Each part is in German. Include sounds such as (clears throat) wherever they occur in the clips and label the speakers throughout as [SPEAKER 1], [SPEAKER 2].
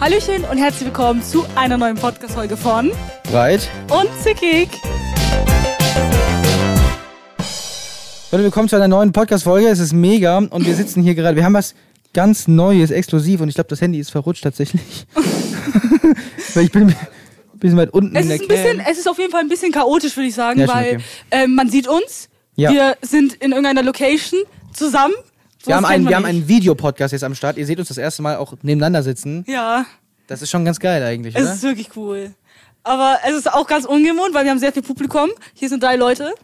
[SPEAKER 1] Hallöchen und herzlich willkommen zu einer neuen Podcast-Folge von
[SPEAKER 2] Breit.
[SPEAKER 1] Und Zickig.
[SPEAKER 2] Leute, willkommen zu einer neuen Podcast-Folge. Es ist mega und wir sitzen hier gerade. Wir haben was ganz Neues, exklusiv und ich glaube, das Handy ist verrutscht tatsächlich. (laughs) Weil ich bin ein bisschen weit unten
[SPEAKER 1] Es
[SPEAKER 2] in der
[SPEAKER 1] ist, ein bisschen,
[SPEAKER 2] Cam.
[SPEAKER 1] es ist auf jeden Fall ein bisschen chaotisch, würde ich sagen,
[SPEAKER 2] Ja, schon
[SPEAKER 1] weil
[SPEAKER 2] okay.
[SPEAKER 1] ähm, man sieht uns.
[SPEAKER 2] Ja.
[SPEAKER 1] Wir sind in irgendeiner Location zusammen. Sowas
[SPEAKER 2] Wir, haben
[SPEAKER 1] kennt
[SPEAKER 2] einen,
[SPEAKER 1] man
[SPEAKER 2] wir haben
[SPEAKER 1] nicht.
[SPEAKER 2] einen Videopodcast jetzt am Start. Ihr seht uns das erste Mal auch nebeneinander sitzen.
[SPEAKER 1] Ja,
[SPEAKER 2] Das ist schon ganz geil eigentlich,
[SPEAKER 1] es
[SPEAKER 2] oder?
[SPEAKER 1] ist wirklich cool. Aber es ist auch ganz ungewohnt, weil wir haben sehr viel Publikum. Hier sind drei Leute.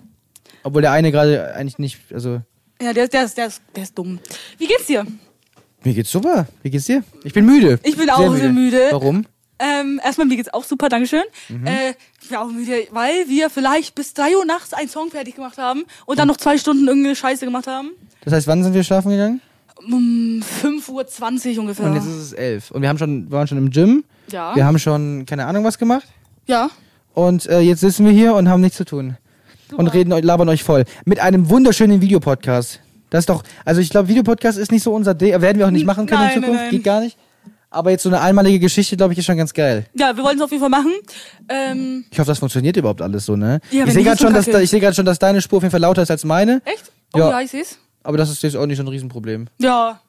[SPEAKER 2] Obwohl der eine gerade eigentlich nicht. Also,
[SPEAKER 1] Ja, der, der, ist, der, ist, der ist dumm. Wie geht's dir?
[SPEAKER 2] mir geht's super. Wie geht's dir? Ich bin müde.
[SPEAKER 1] Ich bin auch sehr müde.
[SPEAKER 2] Warum?
[SPEAKER 1] Ähm, erstmal, mir geht's auch super, Dankeschön.
[SPEAKER 2] Mhm.
[SPEAKER 1] Äh, ich bin auch müde, weil wir vielleicht bis 3 Uhr nachts einen Song fertig gemacht haben und dann
[SPEAKER 2] Mhm.
[SPEAKER 1] noch zwei Stunden irgendeine Scheiße gemacht haben.
[SPEAKER 2] Das heißt, wann sind wir schlafen gegangen?
[SPEAKER 1] Um 5.20 Uhr ungefähr.
[SPEAKER 2] Und jetzt ist es elf. Und wir haben schon, waren schon im Gym.
[SPEAKER 1] ja.
[SPEAKER 2] Wir haben schon keine Ahnung was gemacht.
[SPEAKER 1] ja.
[SPEAKER 2] Und äh, jetzt sitzen wir hier und haben nichts zu tun. Und reden euch, labern euch voll. Mit einem wunderschönen Videopodcast. Das ist doch, also ich glaube, Videopodcast ist nicht so unser Ding. Werden wir auch nicht machen können
[SPEAKER 1] Nein,
[SPEAKER 2] in Zukunft.
[SPEAKER 1] nein, nein.
[SPEAKER 2] Geht gar nicht. Aber jetzt so eine einmalige Geschichte, glaube ich, ist schon ganz geil.
[SPEAKER 1] Ja, wir wollen es auf jeden Fall machen. Ähm,
[SPEAKER 2] Ich hoffe, das funktioniert überhaupt alles so, ne?
[SPEAKER 1] Ja, wenn
[SPEAKER 2] ich sehe
[SPEAKER 1] nicht,
[SPEAKER 2] gerade
[SPEAKER 1] ist so
[SPEAKER 2] schon, dass
[SPEAKER 1] kacke.
[SPEAKER 2] da, ich sehe gerade schon, dass deine Spur auf jeden Fall lauter ist als meine.
[SPEAKER 1] echt? Oh ja,
[SPEAKER 2] Ja.
[SPEAKER 1] ich seh's.
[SPEAKER 2] Aber das ist jetzt auch nicht so ein Riesenproblem.
[SPEAKER 1] Ja.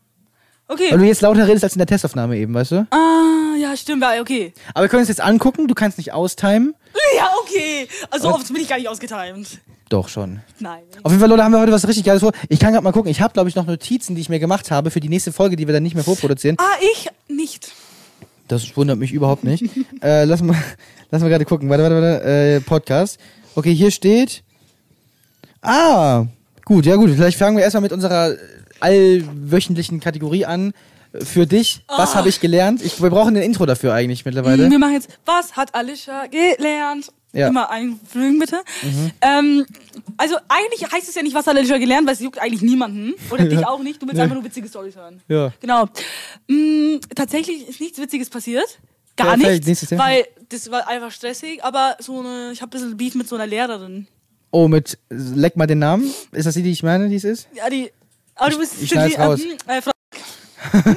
[SPEAKER 1] Okay.
[SPEAKER 2] Weil du jetzt lauter redest als in der Testaufnahme eben, weißt du?
[SPEAKER 1] Ah, ja, stimmt, ja, okay. (laughs)
[SPEAKER 2] Aber wir können uns jetzt angucken. Du kannst nicht austimen.
[SPEAKER 1] Ja, okay. Also oft bin ich gar nicht ausgetimt.
[SPEAKER 2] Doch schon.
[SPEAKER 1] Nein.
[SPEAKER 2] Auf jeden Fall, Leute, haben wir heute was richtig Geiles vor. Ich kann gerade mal gucken. Ich habe, glaube ich, noch Notizen, die ich mir gemacht habe für die nächste Folge, die wir dann nicht mehr vorproduzieren.
[SPEAKER 1] Ah, ich nicht.
[SPEAKER 2] Das wundert mich
[SPEAKER 1] (laughs)
[SPEAKER 2] überhaupt nicht. äh, lass mal, lass mal gerade gucken. Warte, warte, warte. Äh, Podcast. Okay, hier steht. Ah, gut, ja gut. Vielleicht fangen wir erstmal mit unserer allwöchentlichen Kategorie an. Für dich,
[SPEAKER 1] Ah.
[SPEAKER 2] was habe ich gelernt? Ich, wir brauchen ein Intro dafür eigentlich mittlerweile.
[SPEAKER 1] Wir machen jetzt, was hat Alicia gelernt?
[SPEAKER 2] Ja. Mhm.
[SPEAKER 1] Immer einfügen, bitte. Ähm, also eigentlich heißt es ja nicht, was hat Alicia gelernt, weil es juckt eigentlich niemanden.
[SPEAKER 2] (laughs)
[SPEAKER 1] Oder dich auch nicht. Du willst einfach nur witzige Storys hören.
[SPEAKER 2] Ja.
[SPEAKER 1] Genau. Mm, tatsächlich ist nichts Witziges passiert. Gar
[SPEAKER 2] Ja, vielleicht
[SPEAKER 1] nichts.
[SPEAKER 2] nächstes Jahr.
[SPEAKER 1] Weil das war einfach stressig, aber so eine, ich habe ein bisschen Beef mit so einer Lehrerin.
[SPEAKER 2] Oh, mit äh, leck mal den Namen. Ist das die, die ich meine, die es ist?
[SPEAKER 1] Ja, die. Aber du bist
[SPEAKER 2] ich schneid's raus.
[SPEAKER 1] Äh, äh, Frau (laughs)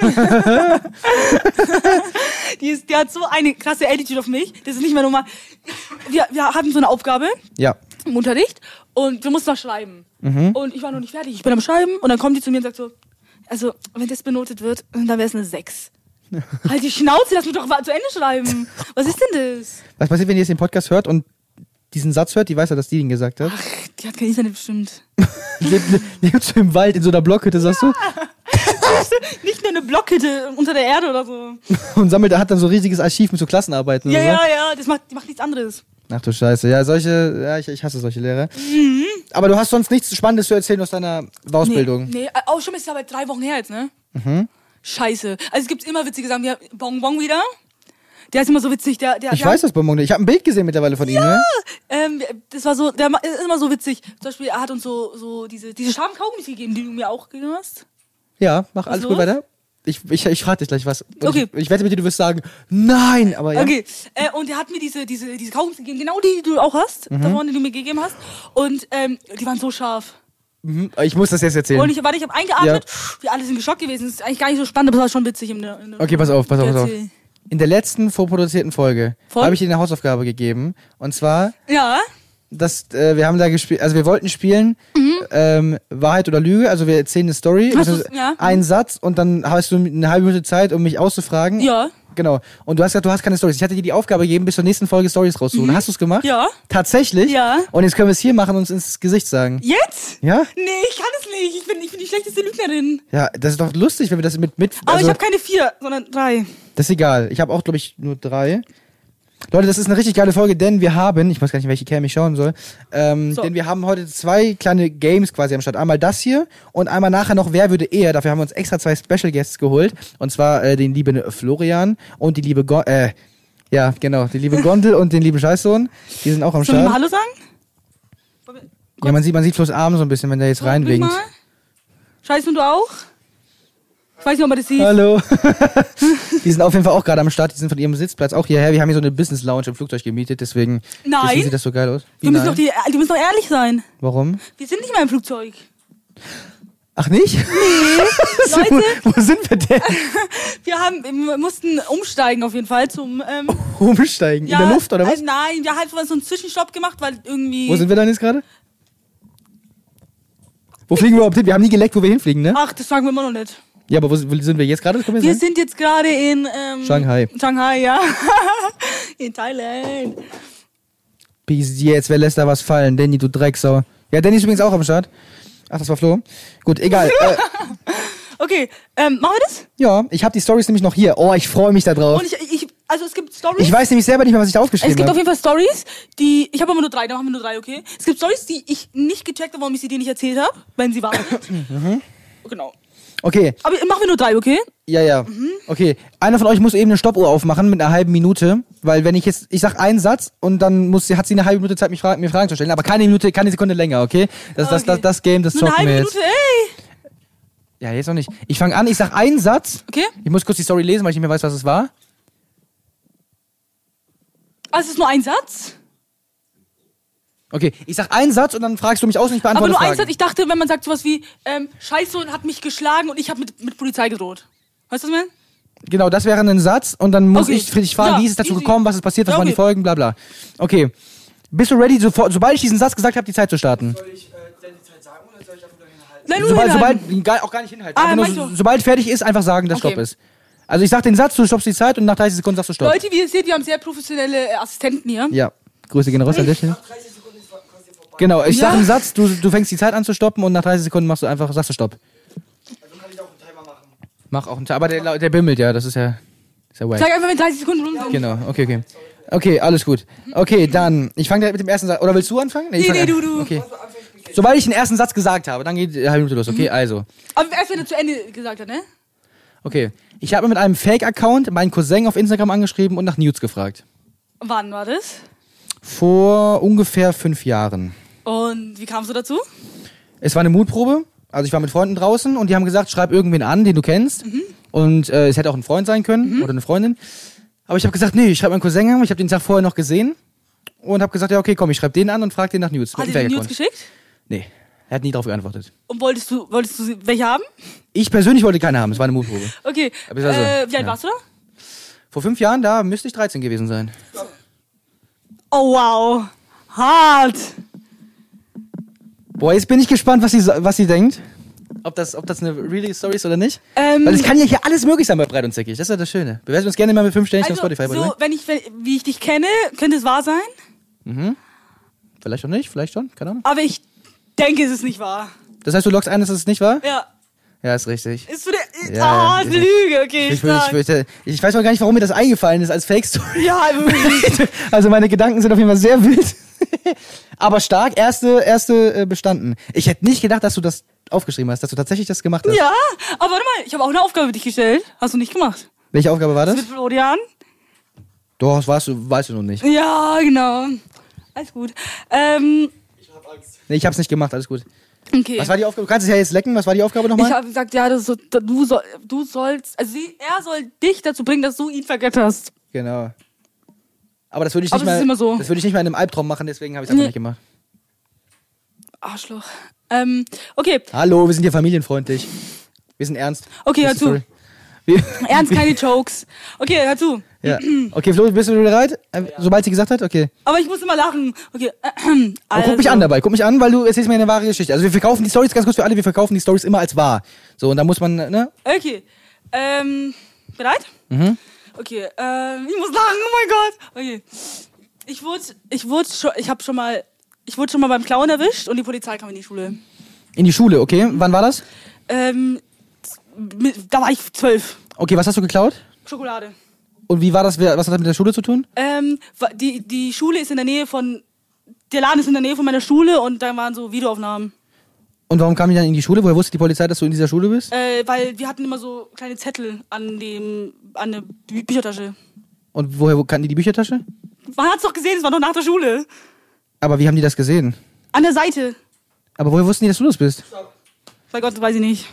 [SPEAKER 1] die, ist, die hat so eine krasse Attitude auf mich. Das ist nicht mehr normal. Wir, wir hatten so eine Aufgabe
[SPEAKER 2] Ja.
[SPEAKER 1] im Unterricht und wir mussten was schreiben.
[SPEAKER 2] Mhm.
[SPEAKER 1] Und ich war noch nicht fertig. Ich bin am Schreiben und dann kommt die zu mir und sagt so, also wenn das benotet wird, dann wäre es eine
[SPEAKER 2] (laughs)
[SPEAKER 1] 6. halt die Schnauze, lass mich doch wa- zu Ende schreiben. Was ist denn das?
[SPEAKER 2] Was passiert, wenn ihr jetzt den Podcast hört und diesen Satz hört? Die weiß ja, dass die den gesagt hat.
[SPEAKER 1] Die hat kein Internet bestimmt.
[SPEAKER 2] Lebt, lebt so im Wald in so einer Blockhütte, sagst du?
[SPEAKER 1] Nicht nur eine Blockhütte unter der Erde oder so.
[SPEAKER 2] Und sammelt, hat dann so ein riesiges Archiv mit so Klassenarbeiten.
[SPEAKER 1] Ja,
[SPEAKER 2] oder? so.
[SPEAKER 1] ja, ja, das macht, die macht nichts anderes.
[SPEAKER 2] Ach du Scheiße. Ja, solche, ja, ich, ich hasse solche Lehrer.
[SPEAKER 1] Mhm.
[SPEAKER 2] Aber du hast sonst nichts Spannendes zu erzählen aus deiner Ausbildung. Mhm.
[SPEAKER 1] Nee, nee. auch schon ist es aber drei Wochen her jetzt, ne? Scheiße. Also es gibt immer witzige Sachen. Wir haben Bonbon wieder. Der ist immer so witzig. Der, der,
[SPEAKER 2] Ich
[SPEAKER 1] der
[SPEAKER 2] weiß das Bonbon nicht. Ich habe ein Bild gesehen mittlerweile von ihm, ne?
[SPEAKER 1] Ähm, das war so, der ma- ist immer so witzig. Zum Beispiel, er hat uns so, so diese, diese scharfen Kaugummis gegeben, die du mir auch gegeben hast.
[SPEAKER 2] Ja, mach alles
[SPEAKER 1] los?
[SPEAKER 2] gut weiter. Ich, ich, ich rate dich gleich was. Und
[SPEAKER 1] Okay.
[SPEAKER 2] Ich, ich wette mit dir, du wirst sagen, nein, aber Ah, ja.
[SPEAKER 1] Okay. Äh, und er hat mir diese, diese, diese Kaugummis gegeben, genau die, die du auch hast, da vorne, die du mir gegeben hast. Und ähm, die waren so scharf.
[SPEAKER 2] Mhm. Ich muss das jetzt erzählen.
[SPEAKER 1] Und ich, warte, ich habe eingeatmet. Wir alle sind geschockt gewesen. Das ist eigentlich gar nicht so spannend, aber es war schon witzig. Im, im,
[SPEAKER 2] Okay, pass auf, pass auf, pass auf.
[SPEAKER 1] Erzähl.
[SPEAKER 2] In der letzten vorproduzierten Folge
[SPEAKER 1] Von?
[SPEAKER 2] habe ich dir eine Hausaufgabe gegeben. Und zwar
[SPEAKER 1] Ja.
[SPEAKER 2] das, äh, wir haben da gespielt, also wir wollten spielen
[SPEAKER 1] Mhm.
[SPEAKER 2] ähm, Wahrheit oder Lüge, also wir erzählen eine Story,
[SPEAKER 1] Hast
[SPEAKER 2] also
[SPEAKER 1] du's- ja.
[SPEAKER 2] einen Satz und dann hast du eine halbe Minute Zeit, um mich auszufragen.
[SPEAKER 1] Ja.
[SPEAKER 2] Genau. Und du hast gesagt, du hast keine Stories. Ich hatte dir die Aufgabe gegeben, bis zur nächsten Folge Stories rauszuholen. Hast du es gemacht?
[SPEAKER 1] Mhm. Ja.
[SPEAKER 2] Tatsächlich?
[SPEAKER 1] Ja.
[SPEAKER 2] Und jetzt können wir es hier machen und uns ins Gesicht sagen.
[SPEAKER 1] Jetzt?
[SPEAKER 2] Ja?
[SPEAKER 1] Nee, ich kann es nicht. Ich bin, ich bin die schlechteste Lügnerin.
[SPEAKER 2] Ja, das ist doch lustig, wenn wir das mit mit.
[SPEAKER 1] Aber
[SPEAKER 2] also,
[SPEAKER 1] ich habe keine vier, sondern drei.
[SPEAKER 2] Das ist egal. Ich habe auch, glaube ich, nur drei. Leute, das ist eine richtig geile Folge, denn wir haben, ich weiß gar nicht, in welche Cam ich schauen soll, ähm,
[SPEAKER 1] So.
[SPEAKER 2] denn wir haben heute zwei kleine Games quasi am Start. Einmal das hier und einmal nachher noch Wer würde eher. Dafür haben wir uns extra zwei Special Guests geholt. Und zwar äh, den lieben Florian und die liebe Go äh, ja, genau, die liebe Gondel und den lieben Scheißsohn. Die sind auch am
[SPEAKER 1] Sollen wir mal
[SPEAKER 2] Start.
[SPEAKER 1] Hallo sagen?
[SPEAKER 2] Ja, man sieht, man sieht bloß Arm so ein bisschen, wenn der jetzt
[SPEAKER 1] Drück
[SPEAKER 2] reinwinkt.
[SPEAKER 1] mal. Scheiße, und du auch? Ich weiß nicht, ob man das sieht.
[SPEAKER 2] Hallo. (laughs) die sind auf jeden Fall auch gerade am Start. Die sind von ihrem Sitzplatz auch hierher. Wir haben hier so eine Business Lounge im Flugzeug gemietet, deswegen,
[SPEAKER 1] Nein.
[SPEAKER 2] deswegen sieht das so geil aus. Wie
[SPEAKER 1] Wir müssen, doch
[SPEAKER 2] nein?
[SPEAKER 1] die, wir müssen doch ehrlich sein.
[SPEAKER 2] Warum?
[SPEAKER 1] Wir sind nicht mehr im Flugzeug.
[SPEAKER 2] Ach nicht? (laughs) So,
[SPEAKER 1] Leute.
[SPEAKER 2] wo, wo sind wir denn?
[SPEAKER 1] Wir haben, wir mussten umsteigen auf jeden Fall zum. Ähm,
[SPEAKER 2] Umsteigen? In der Luft oder was?
[SPEAKER 1] äh, Nein, wir haben so einen Zwischenstopp gemacht, weil irgendwie.
[SPEAKER 2] Wo sind wir dann jetzt gerade? Wo fliegen wir überhaupt hin? Wir haben nie geleckt, wo wir hinfliegen, ne?
[SPEAKER 1] Ach, das sagen wir immer noch nicht.
[SPEAKER 2] Ja, aber wo sind wo sind wir jetzt gerade? Das können wir
[SPEAKER 1] Wir
[SPEAKER 2] jetzt sagen.
[SPEAKER 1] sind jetzt gerade in. Ähm,
[SPEAKER 2] Shanghai.
[SPEAKER 1] Shanghai, ja. (laughs) in Thailand.
[SPEAKER 2] Bis jetzt, wer lässt da was fallen? Danny, du Drecksau. Ja, Danny ist übrigens auch am Start. Ach, das war Flo.
[SPEAKER 1] (laughs)
[SPEAKER 2] Gut, egal. äh,
[SPEAKER 1] Okay, ähm, machen wir das?
[SPEAKER 2] ja, ich habe die Stories nämlich noch hier. Oh, ich freue mich da drauf.
[SPEAKER 1] Und ich, ich, also es gibt Stories.
[SPEAKER 2] Ich weiß nämlich selber nicht mehr, was ich da
[SPEAKER 1] es
[SPEAKER 2] aufgeschrieben
[SPEAKER 1] gibt auf
[SPEAKER 2] habe.
[SPEAKER 1] jeden Fall Stories, die ich habe immer nur drei, da machen wir nur drei, okay? Es gibt Stories, die ich nicht gecheckt habe, warum ich sie dir nicht erzählt habe, wenn sie waren.
[SPEAKER 2] Mhm.
[SPEAKER 1] Genau.
[SPEAKER 2] Okay,
[SPEAKER 1] Aber machen wir nur drei, okay?
[SPEAKER 2] ja, ja. Okay, einer von euch muss eben eine Stoppuhr aufmachen mit einer halben Minute, weil wenn ich jetzt, ich sag einen Satz und dann muss, sie- hat sie eine halbe Minute Zeit, mich fra mir Fragen zu stellen, aber keine Minute, keine Sekunde länger, okay? Das, das,
[SPEAKER 1] Okay.
[SPEAKER 2] das, das Game, das
[SPEAKER 1] Nur eine
[SPEAKER 2] zocken
[SPEAKER 1] halbe
[SPEAKER 2] wir jetzt.
[SPEAKER 1] Minute, ey!
[SPEAKER 2] Ja, jetzt noch nicht. Ich fange an, ich sag einen Satz.
[SPEAKER 1] Okay?
[SPEAKER 2] Ich muss kurz die Story lesen, weil ich nicht mehr weiß, was es war.
[SPEAKER 1] Also es ist nur ein Satz?
[SPEAKER 2] Okay, ich sag einen Satz und dann fragst du mich aus und ich
[SPEAKER 1] Aber
[SPEAKER 2] beantworte
[SPEAKER 1] nur ein
[SPEAKER 2] Fragen.
[SPEAKER 1] Satz, ich dachte, wenn man sagt sowas wie, ähm, Scheiße und hat mich geschlagen und ich habe mit, mit Polizei gedroht. Weißt du, was ich meine?
[SPEAKER 2] Genau, das wäre ein Satz und dann muss
[SPEAKER 1] Okay.
[SPEAKER 2] ich dich fragen,
[SPEAKER 1] Ja,
[SPEAKER 2] wie ist es dazu
[SPEAKER 1] easy.
[SPEAKER 2] gekommen, was ist passiert, was
[SPEAKER 1] Ja,
[SPEAKER 2] waren die
[SPEAKER 1] okay.
[SPEAKER 2] Folgen, bla bla. Okay. Bist du ready, sofort, sobald ich diesen Satz gesagt habe, die Zeit zu starten?
[SPEAKER 3] Soll ich äh, dann die Zeit sagen oder soll ich einfach nur hinhalten?
[SPEAKER 1] Nein, nur
[SPEAKER 2] Sobald,
[SPEAKER 1] hinhalten.
[SPEAKER 2] sobald, gar, auch gar nicht hinhalten.
[SPEAKER 1] Ah,
[SPEAKER 2] Einfach nur,
[SPEAKER 1] meinst
[SPEAKER 2] so,
[SPEAKER 1] du?
[SPEAKER 2] sobald fertig ist, einfach sagen, dass
[SPEAKER 1] Okay.
[SPEAKER 2] Stopp ist. Also ich sag den Satz, du stoppst die Zeit und nach 30 Sekunden sagst du Stopp.
[SPEAKER 1] Leute, wie ihr seht, wir haben sehr professionelle äh, Assistenten hier.
[SPEAKER 2] Ja. Grüße gehen raus an dich.
[SPEAKER 3] Ab 30 Sekunden ist quasi vorbei.
[SPEAKER 2] Genau, ich sag
[SPEAKER 1] Ja.
[SPEAKER 2] einen Satz, du, du fängst die Zeit an zu stoppen und nach 30 Sekunden machst du einfach, sagst du Stopp.
[SPEAKER 3] Also kann ich auch einen Timer machen.
[SPEAKER 2] Mach auch einen Tag. Aber der, der bimmelt ja, das ist ja. Ist ja wack.
[SPEAKER 1] Sag einfach, wenn 30 Sekunden rum sind.
[SPEAKER 2] Genau, okay, okay. Okay, alles gut. Okay, dann, ich fange direkt mit dem ersten Satz. Oder willst du anfangen? ich
[SPEAKER 1] Nee,
[SPEAKER 2] fang
[SPEAKER 1] nee,
[SPEAKER 2] an.
[SPEAKER 1] du, du.
[SPEAKER 2] Okay.
[SPEAKER 3] Also einfach ich beginne.
[SPEAKER 2] Sobald ich den ersten Satz gesagt habe, dann geht die halbe Minute los. Okay,
[SPEAKER 1] Mhm.
[SPEAKER 2] also.
[SPEAKER 1] Aber erst wenn er zu Ende gesagt hat, ne?
[SPEAKER 2] Okay. Ich habe mit einem Fake-Account meinen Cousin auf Instagram angeschrieben und nach Nudes gefragt.
[SPEAKER 1] Wann war das?
[SPEAKER 2] Vor ungefähr fünf Jahren.
[SPEAKER 1] Und wie kamst du dazu?
[SPEAKER 2] Es war eine Mutprobe. Also ich war mit Freunden draußen und die haben gesagt, schreib irgendwen an, den du kennst.
[SPEAKER 1] Mhm.
[SPEAKER 2] Und äh, es hätte auch ein Freund sein können oder eine Freundin. Aber ich habe gesagt, nee, ich schreibe meinen Cousin an. Ich habe den Tag vorher noch gesehen und habe gesagt, ja, okay, komm, ich schreibe den an und frage den nach Nudes.
[SPEAKER 1] Hat
[SPEAKER 2] mit
[SPEAKER 1] er
[SPEAKER 2] dem
[SPEAKER 1] dir die News
[SPEAKER 2] Fake-Account.
[SPEAKER 1] geschickt?
[SPEAKER 2] Nee, er hat nie darauf geantwortet.
[SPEAKER 1] Und wolltest du, wolltest du sie- welche haben?
[SPEAKER 2] Ich persönlich wollte keine haben, es war eine Mutprobe.
[SPEAKER 1] Okay.
[SPEAKER 2] Aber ist also-
[SPEAKER 1] äh, wie alt
[SPEAKER 2] ja.
[SPEAKER 1] warst du da?
[SPEAKER 2] Vor fünf Jahren, da müsste ich 13 gewesen sein.
[SPEAKER 1] Oh wow. Hart.
[SPEAKER 2] Boah, jetzt bin ich gespannt, was sie, sa- was sie denkt. Ob das, ob das eine really Story ist oder nicht.
[SPEAKER 1] Ähm,
[SPEAKER 2] Weil es Also, kann ja hier alles möglich sein bei Breit und Zickig. Das ist ja das Schöne. Bewerten uns gerne mal mit 5 Sternchen
[SPEAKER 1] also,
[SPEAKER 2] auf Spotify. by the way.
[SPEAKER 1] so, wenn ich, wenn, wie ich dich kenne, könnte es wahr sein.
[SPEAKER 2] Vielleicht auch nicht, vielleicht schon, keine Ahnung.
[SPEAKER 1] Aber ich denke, es ist nicht wahr.
[SPEAKER 2] Das heißt, du loggst ein, dass es nicht war?
[SPEAKER 1] Ja.
[SPEAKER 2] Ja, ist richtig.
[SPEAKER 1] Ist für der.
[SPEAKER 2] Ja,
[SPEAKER 1] ah,
[SPEAKER 2] ja.
[SPEAKER 1] ist eine Lüge. Okay, ich,
[SPEAKER 2] Ich, will, ich,
[SPEAKER 1] sag.
[SPEAKER 2] will, ich weiß mal gar nicht, warum mir das eingefallen ist als Fake-Story.
[SPEAKER 1] Ja, wirklich.
[SPEAKER 2] (laughs) Also meine Gedanken sind auf jeden Fall sehr wild. (laughs) Aber stark, erste, erste äh, bestanden. Ich hätte nicht gedacht, dass du das aufgeschrieben hast, dass du tatsächlich das gemacht hast.
[SPEAKER 1] ja. Aber warte mal, ich habe auch eine Aufgabe für dich gestellt. Hast du nicht gemacht?
[SPEAKER 2] Welche Aufgabe war das?
[SPEAKER 1] Mit Florian?
[SPEAKER 2] Doch, das warst du, weißt du noch nicht.
[SPEAKER 1] Ja, genau. Alles gut. Ähm,
[SPEAKER 3] Ich hab Angst.
[SPEAKER 2] Nee, ich hab's nicht gemacht, alles gut.
[SPEAKER 1] okay.
[SPEAKER 2] Was war die Aufgabe? Du kannst es ja jetzt lecken, was war die Aufgabe
[SPEAKER 1] Ich
[SPEAKER 2] nochmal?
[SPEAKER 1] habe gesagt, ja, das ist so, du, soll, du sollst, also sie, er soll dich dazu bringen, dass du ihn vergötterst.
[SPEAKER 2] Genau. Aber das würde ich
[SPEAKER 1] Aber
[SPEAKER 2] nicht
[SPEAKER 1] es
[SPEAKER 2] mal.
[SPEAKER 1] ist immer so.
[SPEAKER 2] Das würde ich nicht mal in einem Albtraum machen, deswegen habe ich es einfach
[SPEAKER 1] Nee.
[SPEAKER 2] nicht gemacht.
[SPEAKER 1] Arschloch. Ähm, okay,
[SPEAKER 2] Hallo, wir sind hier familienfreundlich. Wir sind ernst.
[SPEAKER 1] Okay, also-
[SPEAKER 2] Das ist
[SPEAKER 1] hör
[SPEAKER 2] die Story. Wir,
[SPEAKER 1] ernst,
[SPEAKER 2] (laughs)
[SPEAKER 1] keine Jokes. Okay, hör zu.
[SPEAKER 2] ja. Okay, Flo, bist du bereit? Ähm, Sobald sie gesagt hat? Okay.
[SPEAKER 1] Aber ich muss immer lachen. Okay, (clears throat)
[SPEAKER 2] Aber
[SPEAKER 1] also,
[SPEAKER 2] guck mich an dabei, guck mich an, weil du erzählst mir eine wahre Geschichte. Also wir verkaufen die Stories ganz kurz für alle, wir verkaufen die Stories immer als wahr. So, und da muss man, ne?
[SPEAKER 1] Okay, ähm, bereit? Mhm. Okay, ähm, ich muss lachen, oh mein Gott. Okay. Ich wurde, ich wurde schon, ich habe schon mal, ich wurde schon mal beim Klauen erwischt und die Polizei kam in die Schule.
[SPEAKER 2] In die Schule, okay? Wann war das?
[SPEAKER 1] Ähm, mit- da war ich zwölf.
[SPEAKER 2] Okay, was hast du geklaut?
[SPEAKER 1] Schokolade.
[SPEAKER 2] Und wie war das, wer- was hat das mit der Schule zu tun?
[SPEAKER 1] Ähm, wa- die, die Schule ist in der Nähe von. Der Laden ist in der Nähe von meiner Schule und da waren so Videoaufnahmen.
[SPEAKER 2] Und warum kam die dann in die Schule? Woher wusste die Polizei, dass du in dieser Schule bist?
[SPEAKER 1] Äh, weil wir hatten immer so kleine Zettel an dem an der Bü Büchertasche.
[SPEAKER 2] Und woher wo- kannten die die Büchertasche?
[SPEAKER 1] Man hat's doch gesehen, es war noch nach der Schule.
[SPEAKER 2] Aber wie haben die das gesehen?
[SPEAKER 1] An der Seite.
[SPEAKER 2] Aber woher wussten die, dass du das bist?
[SPEAKER 1] Bei Gott, weiß ich nicht.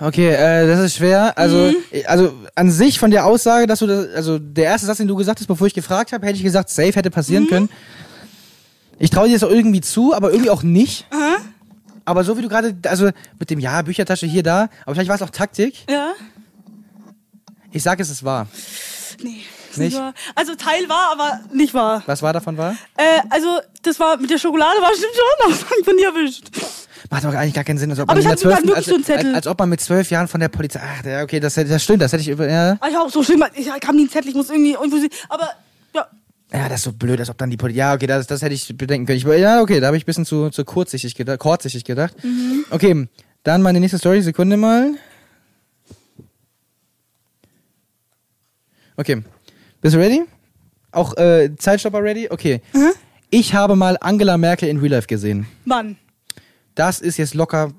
[SPEAKER 2] Okay, äh, das ist schwer. Also,
[SPEAKER 1] Mhm.
[SPEAKER 2] äh, also an sich von der Aussage, dass du das, also der erste Satz, den du gesagt hast, bevor ich gefragt habe, hätte ich gesagt,
[SPEAKER 1] Mhm.
[SPEAKER 2] safe hätte passieren können. Ich traue dir das auch irgendwie zu, aber irgendwie auch nicht. Aber so wie du gerade, also mit dem Ja, Büchertasche hier, da, aber vielleicht war es auch Taktik.
[SPEAKER 1] Ja?
[SPEAKER 2] Ich sag es, es war.
[SPEAKER 1] Nee. ist
[SPEAKER 2] Nicht?
[SPEAKER 1] wahr. Also Teil war, aber nicht wahr.
[SPEAKER 2] Was war davon war?
[SPEAKER 1] Äh, also das war mit der Schokolade war stimmt schon, aber ich bin nie erwischt.
[SPEAKER 2] Macht aber eigentlich gar keinen Sinn, als ob
[SPEAKER 1] Aber
[SPEAKER 2] man
[SPEAKER 1] ich
[SPEAKER 2] mit
[SPEAKER 1] hatte dann
[SPEAKER 2] 12,
[SPEAKER 1] wirklich
[SPEAKER 2] als,
[SPEAKER 1] so einen Zettel.
[SPEAKER 2] Als, als ob man mit zwölf Jahren von der Polizei. Ach, ja, okay, das, hätte- das stimmt, das hätte ich über. Ja,
[SPEAKER 1] Ah, ich hab auch so schlimm, weil ich kam nie ins Zettel, ich muss irgendwie irgendwo sie. Aber ja,
[SPEAKER 2] ja, das ist so blöd, als ob dann die Polizei. Ja, okay, das, das hätte ich bedenken können. Ich, ja, okay, da habe ich ein bisschen zu, zu kurzsichtig gedacht. Kurzsichtig gedacht. Okay, dann meine nächste Story, Sekunde mal. Okay. Bist du ready? Auch äh, Zeitstopper ready? Okay. Ich habe mal Angela Merkel in Real Life gesehen.
[SPEAKER 1] Mann.
[SPEAKER 2] Das ist jetzt locker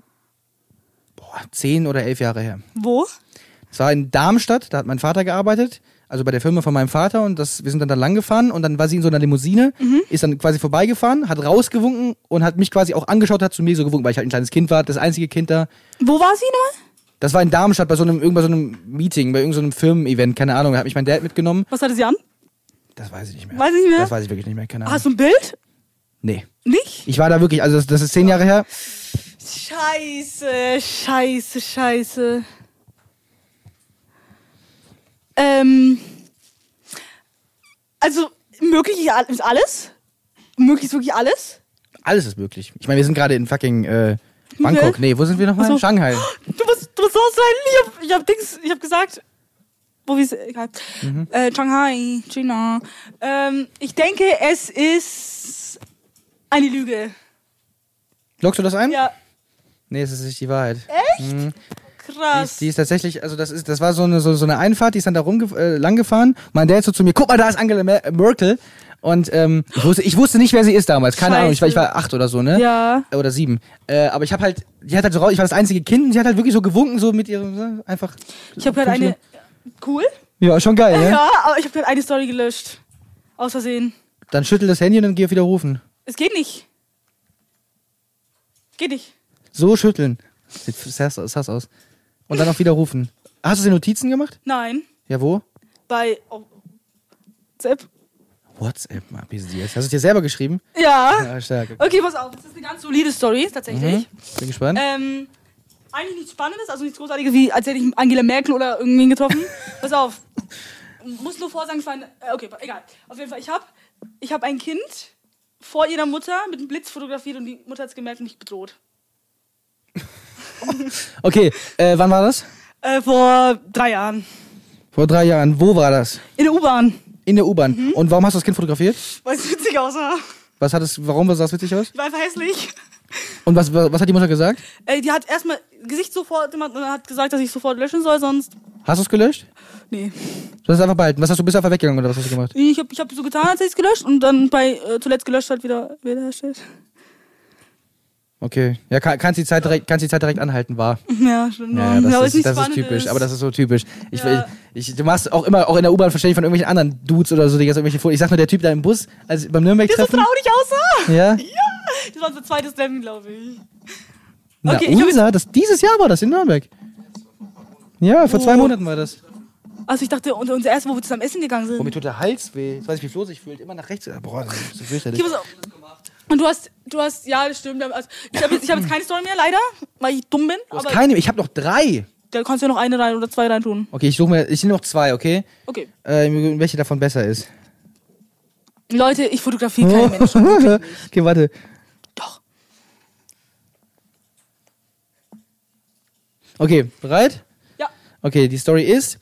[SPEAKER 2] boah, zehn oder elf Jahre her.
[SPEAKER 1] Wo?
[SPEAKER 2] Es war in Darmstadt, da hat mein Vater gearbeitet, also bei der Firma von meinem Vater und das, wir sind dann da lang gefahren und dann war sie in so einer Limousine,
[SPEAKER 1] Mhm.
[SPEAKER 2] ist dann quasi vorbeigefahren, hat rausgewunken und hat mich quasi auch angeschaut, hat zu mir so gewunken, weil ich halt ein kleines Kind war, das einzige Kind da.
[SPEAKER 1] Wo war sie nochmal?
[SPEAKER 2] Das war in Darmstadt bei so einem, irgend bei so einem Meeting, bei irgendeinem Firmen-Event, keine Ahnung, da hat mich mein Dad mitgenommen.
[SPEAKER 1] Was hatte sie an?
[SPEAKER 2] Das weiß ich nicht mehr.
[SPEAKER 1] Weiß ich nicht mehr?
[SPEAKER 2] Das weiß ich wirklich nicht mehr, keine Ahnung.
[SPEAKER 1] Hast du ein Bild?
[SPEAKER 2] Nee.
[SPEAKER 1] Nicht?
[SPEAKER 2] Ich war da wirklich, also das, das ist zehn Jahre her.
[SPEAKER 1] Scheiße, scheiße, scheiße. Ähm. Also, möglich ist alles? Möglich ist wirklich alles?
[SPEAKER 2] Alles ist möglich. Ich meine, wir sind gerade in fucking äh, Bangkok.
[SPEAKER 1] Welt?
[SPEAKER 2] Nee, wo sind wir nochmal?
[SPEAKER 1] Ach so.
[SPEAKER 2] Shanghai.
[SPEAKER 1] Du musst, du musst raus sein. Ich hab, ich hab Dings, ich hab gesagt. Wo wir egal.
[SPEAKER 2] Mhm.
[SPEAKER 1] Äh, Shanghai, China. Ähm, ich denke, es ist eine Lüge.
[SPEAKER 2] Lockst du das ein?
[SPEAKER 1] Ja,
[SPEAKER 2] Nee, es ist nicht die Wahrheit. Die
[SPEAKER 1] krass.
[SPEAKER 2] ist, die ist tatsächlich, also das ist, das war so eine, so, so eine Einfahrt, die ist dann da rumge äh, lang gefahren. Mein Dad so zu mir, guck mal, da ist Angela Mer äh, Merkel. Und ähm, ich, wusste, ich wusste nicht, wer sie ist damals. Keine
[SPEAKER 1] Scheiße.
[SPEAKER 2] Ahnung, ich war, ich war acht oder so, ne?
[SPEAKER 1] Ja.
[SPEAKER 2] Äh, Oder sieben. Äh, aber ich habe halt, die hat halt so raus, ich war das einzige Kind und sie hat halt wirklich so gewunken, so mit ihrem, so einfach.
[SPEAKER 1] Ich habe gerade eine. Cool.
[SPEAKER 2] Ja, schon geil, ne?
[SPEAKER 1] Ja, aber ich habe gerade eine Story gelöscht. Aus Versehen.
[SPEAKER 2] Dann schüttel das Handy und dann geh auf wieder rufen.
[SPEAKER 1] Es geht nicht. Geht nicht.
[SPEAKER 2] So schütteln. Sieht sass aus. sass aus. Und dann auch wieder rufen. Hast du dir Notizen gemacht?
[SPEAKER 1] Nein.
[SPEAKER 2] Ja, wo?
[SPEAKER 1] Bei. Oh. Zap.
[SPEAKER 2] WhatsApp, mal, wie sie ist. Hast du es dir selber geschrieben?
[SPEAKER 1] Ja.
[SPEAKER 2] Ja, stark. Okay.
[SPEAKER 1] Okay, pass auf. Das ist eine ganz solide Story, tatsächlich.
[SPEAKER 2] Mhm. Bin gespannt.
[SPEAKER 1] Ähm, eigentlich nichts Spannendes, also nichts Großartiges, wie als hätte ich Angela Merkel oder irgendwen
[SPEAKER 2] (laughs)
[SPEAKER 1] getroffen. Pass auf. Muss nur vorsagen, ich war in, äh, Okay, egal. Auf jeden Fall, ich habe ich hab ein Kind vor ihrer Mutter mit einem Blitz fotografiert und die Mutter hat es gemerkt und mich bedroht.
[SPEAKER 2] Okay, äh, wann war das?
[SPEAKER 1] Äh, vor drei Jahren.
[SPEAKER 2] Vor drei Jahren. Wo war das? Mhm.
[SPEAKER 1] In der U-Bahn.
[SPEAKER 2] In der U-Bahn. Und warum hast du das Kind fotografiert?
[SPEAKER 1] Weil es witzig aussah.
[SPEAKER 2] Was hat es, warum sah es witzig aus?
[SPEAKER 1] Ich war einfach hässlich.
[SPEAKER 2] Und was, was, was hat die Mutter gesagt?
[SPEAKER 1] Äh, die hat erstmal Gesicht sofort gemacht und hat gesagt, dass ich sofort löschen soll, sonst.
[SPEAKER 2] Hast du es gelöscht?
[SPEAKER 1] Nee.
[SPEAKER 2] Du hast es einfach behalten. Was hast du, bist du einfach weggegangen oder was hast du gemacht?
[SPEAKER 1] Ich habe ich hab so getan, als hätte ich es gelöscht und dann bei äh, zuletzt gelöscht hat wieder wiederhergestellt.
[SPEAKER 2] Okay. Ja, kann, kannst die Zeit direkt, kannst die Zeit direkt anhalten, war.
[SPEAKER 1] (laughs) Ja, schon.
[SPEAKER 2] Mhm. Ja, das,
[SPEAKER 1] aber
[SPEAKER 2] ist,
[SPEAKER 1] nichts
[SPEAKER 2] das ist
[SPEAKER 1] Spannendes.
[SPEAKER 2] typisch. Aber das ist so typisch. Ich,
[SPEAKER 1] Ja.
[SPEAKER 2] ich, ich, du machst auch immer, auch in der U-Bahn verständlich von irgendwelchen anderen Dudes oder so, die jetzt irgendwelche Fotos. Ich sag nur, der Typ da im Bus, als beim
[SPEAKER 1] Der so
[SPEAKER 2] Nürnberg-Treffen.
[SPEAKER 1] traurig aussah.
[SPEAKER 2] Ja.
[SPEAKER 1] Das war unser zweites Slam, glaube ich.
[SPEAKER 2] Na,
[SPEAKER 1] Okay, ich hab
[SPEAKER 2] unser, das, dieses Jahr war das in Nürnberg. Ja, vor zwei
[SPEAKER 1] Oh.
[SPEAKER 2] Monaten war das.
[SPEAKER 1] Also ich dachte, unser, unser erstes, wo wir zusammen essen gegangen
[SPEAKER 2] Boah,
[SPEAKER 1] sind.
[SPEAKER 2] mir tut der Hals weh. Jetzt weiß ich, wie Flo sich fühlt. Immer nach rechts. Boah, das ist so fürchterlich.
[SPEAKER 1] Ich hab so- und du hast, du hast, ja, das stimmt. Also ich habe jetzt, ich hab jetzt keine Story mehr, leider, weil ich dumm bin.
[SPEAKER 2] Du hast
[SPEAKER 1] aber
[SPEAKER 2] keine, ich habe noch drei.
[SPEAKER 1] da kannst du ja noch eine rein oder zwei rein tun.
[SPEAKER 2] Okay, ich suche mir, ich nehme noch zwei, okay?
[SPEAKER 1] Okay.
[SPEAKER 2] Äh, welche davon besser ist.
[SPEAKER 1] Leute, ich fotografiere
[SPEAKER 2] Oh.
[SPEAKER 1] keinen
[SPEAKER 2] (laughs)
[SPEAKER 1] Menschen.
[SPEAKER 2] okay, warte.
[SPEAKER 1] Doch.
[SPEAKER 2] Okay, bereit?
[SPEAKER 1] Ja,
[SPEAKER 2] Okay, die Story ist,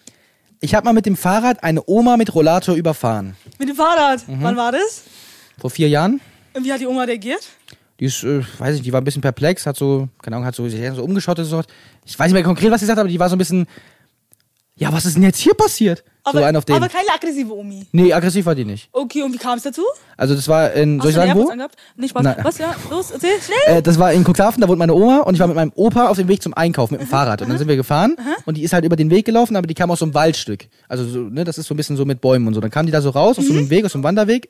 [SPEAKER 2] ich habe mal mit dem Fahrrad eine Oma mit Rollator überfahren.
[SPEAKER 1] mit dem Fahrrad.
[SPEAKER 2] Mhm.
[SPEAKER 1] Wann war das?
[SPEAKER 2] Vor vier Jahren.
[SPEAKER 1] Und wie hat die Oma reagiert?
[SPEAKER 2] Die ist, äh, weiß nicht, die war ein bisschen perplex, hat so, keine Ahnung, hat so, sich so umgeschaut und so. hat- Ich weiß nicht mehr konkret, was sie sagt, aber die war so ein bisschen, ja, was ist denn jetzt hier passiert?
[SPEAKER 1] Aber,
[SPEAKER 2] so ein auf den.
[SPEAKER 1] aber keine aggressive Omi.
[SPEAKER 2] Nee, aggressiv war die nicht.
[SPEAKER 1] Okay, und wie kam es dazu?
[SPEAKER 2] Also das war in, soll ich
[SPEAKER 1] Hast du
[SPEAKER 2] sagen
[SPEAKER 1] eine
[SPEAKER 2] wo?
[SPEAKER 1] AirPods angehabt? Nee, Spaß.
[SPEAKER 2] Nein.
[SPEAKER 1] Was, ja? Los, erzähl, schnell.
[SPEAKER 2] Äh, das war in Cuxhaven, da wohnt meine Oma und ich war mit meinem Opa auf dem Weg zum Einkaufen mit dem Fahrrad. Und dann sind wir gefahren und die ist halt über den Weg gelaufen, aber die kam aus so einem Waldstück. Also so, ne, das ist so ein bisschen so mit Bäumen und so. Dann kam die da so raus, aus so einem Weg, aus so einem Wanderweg.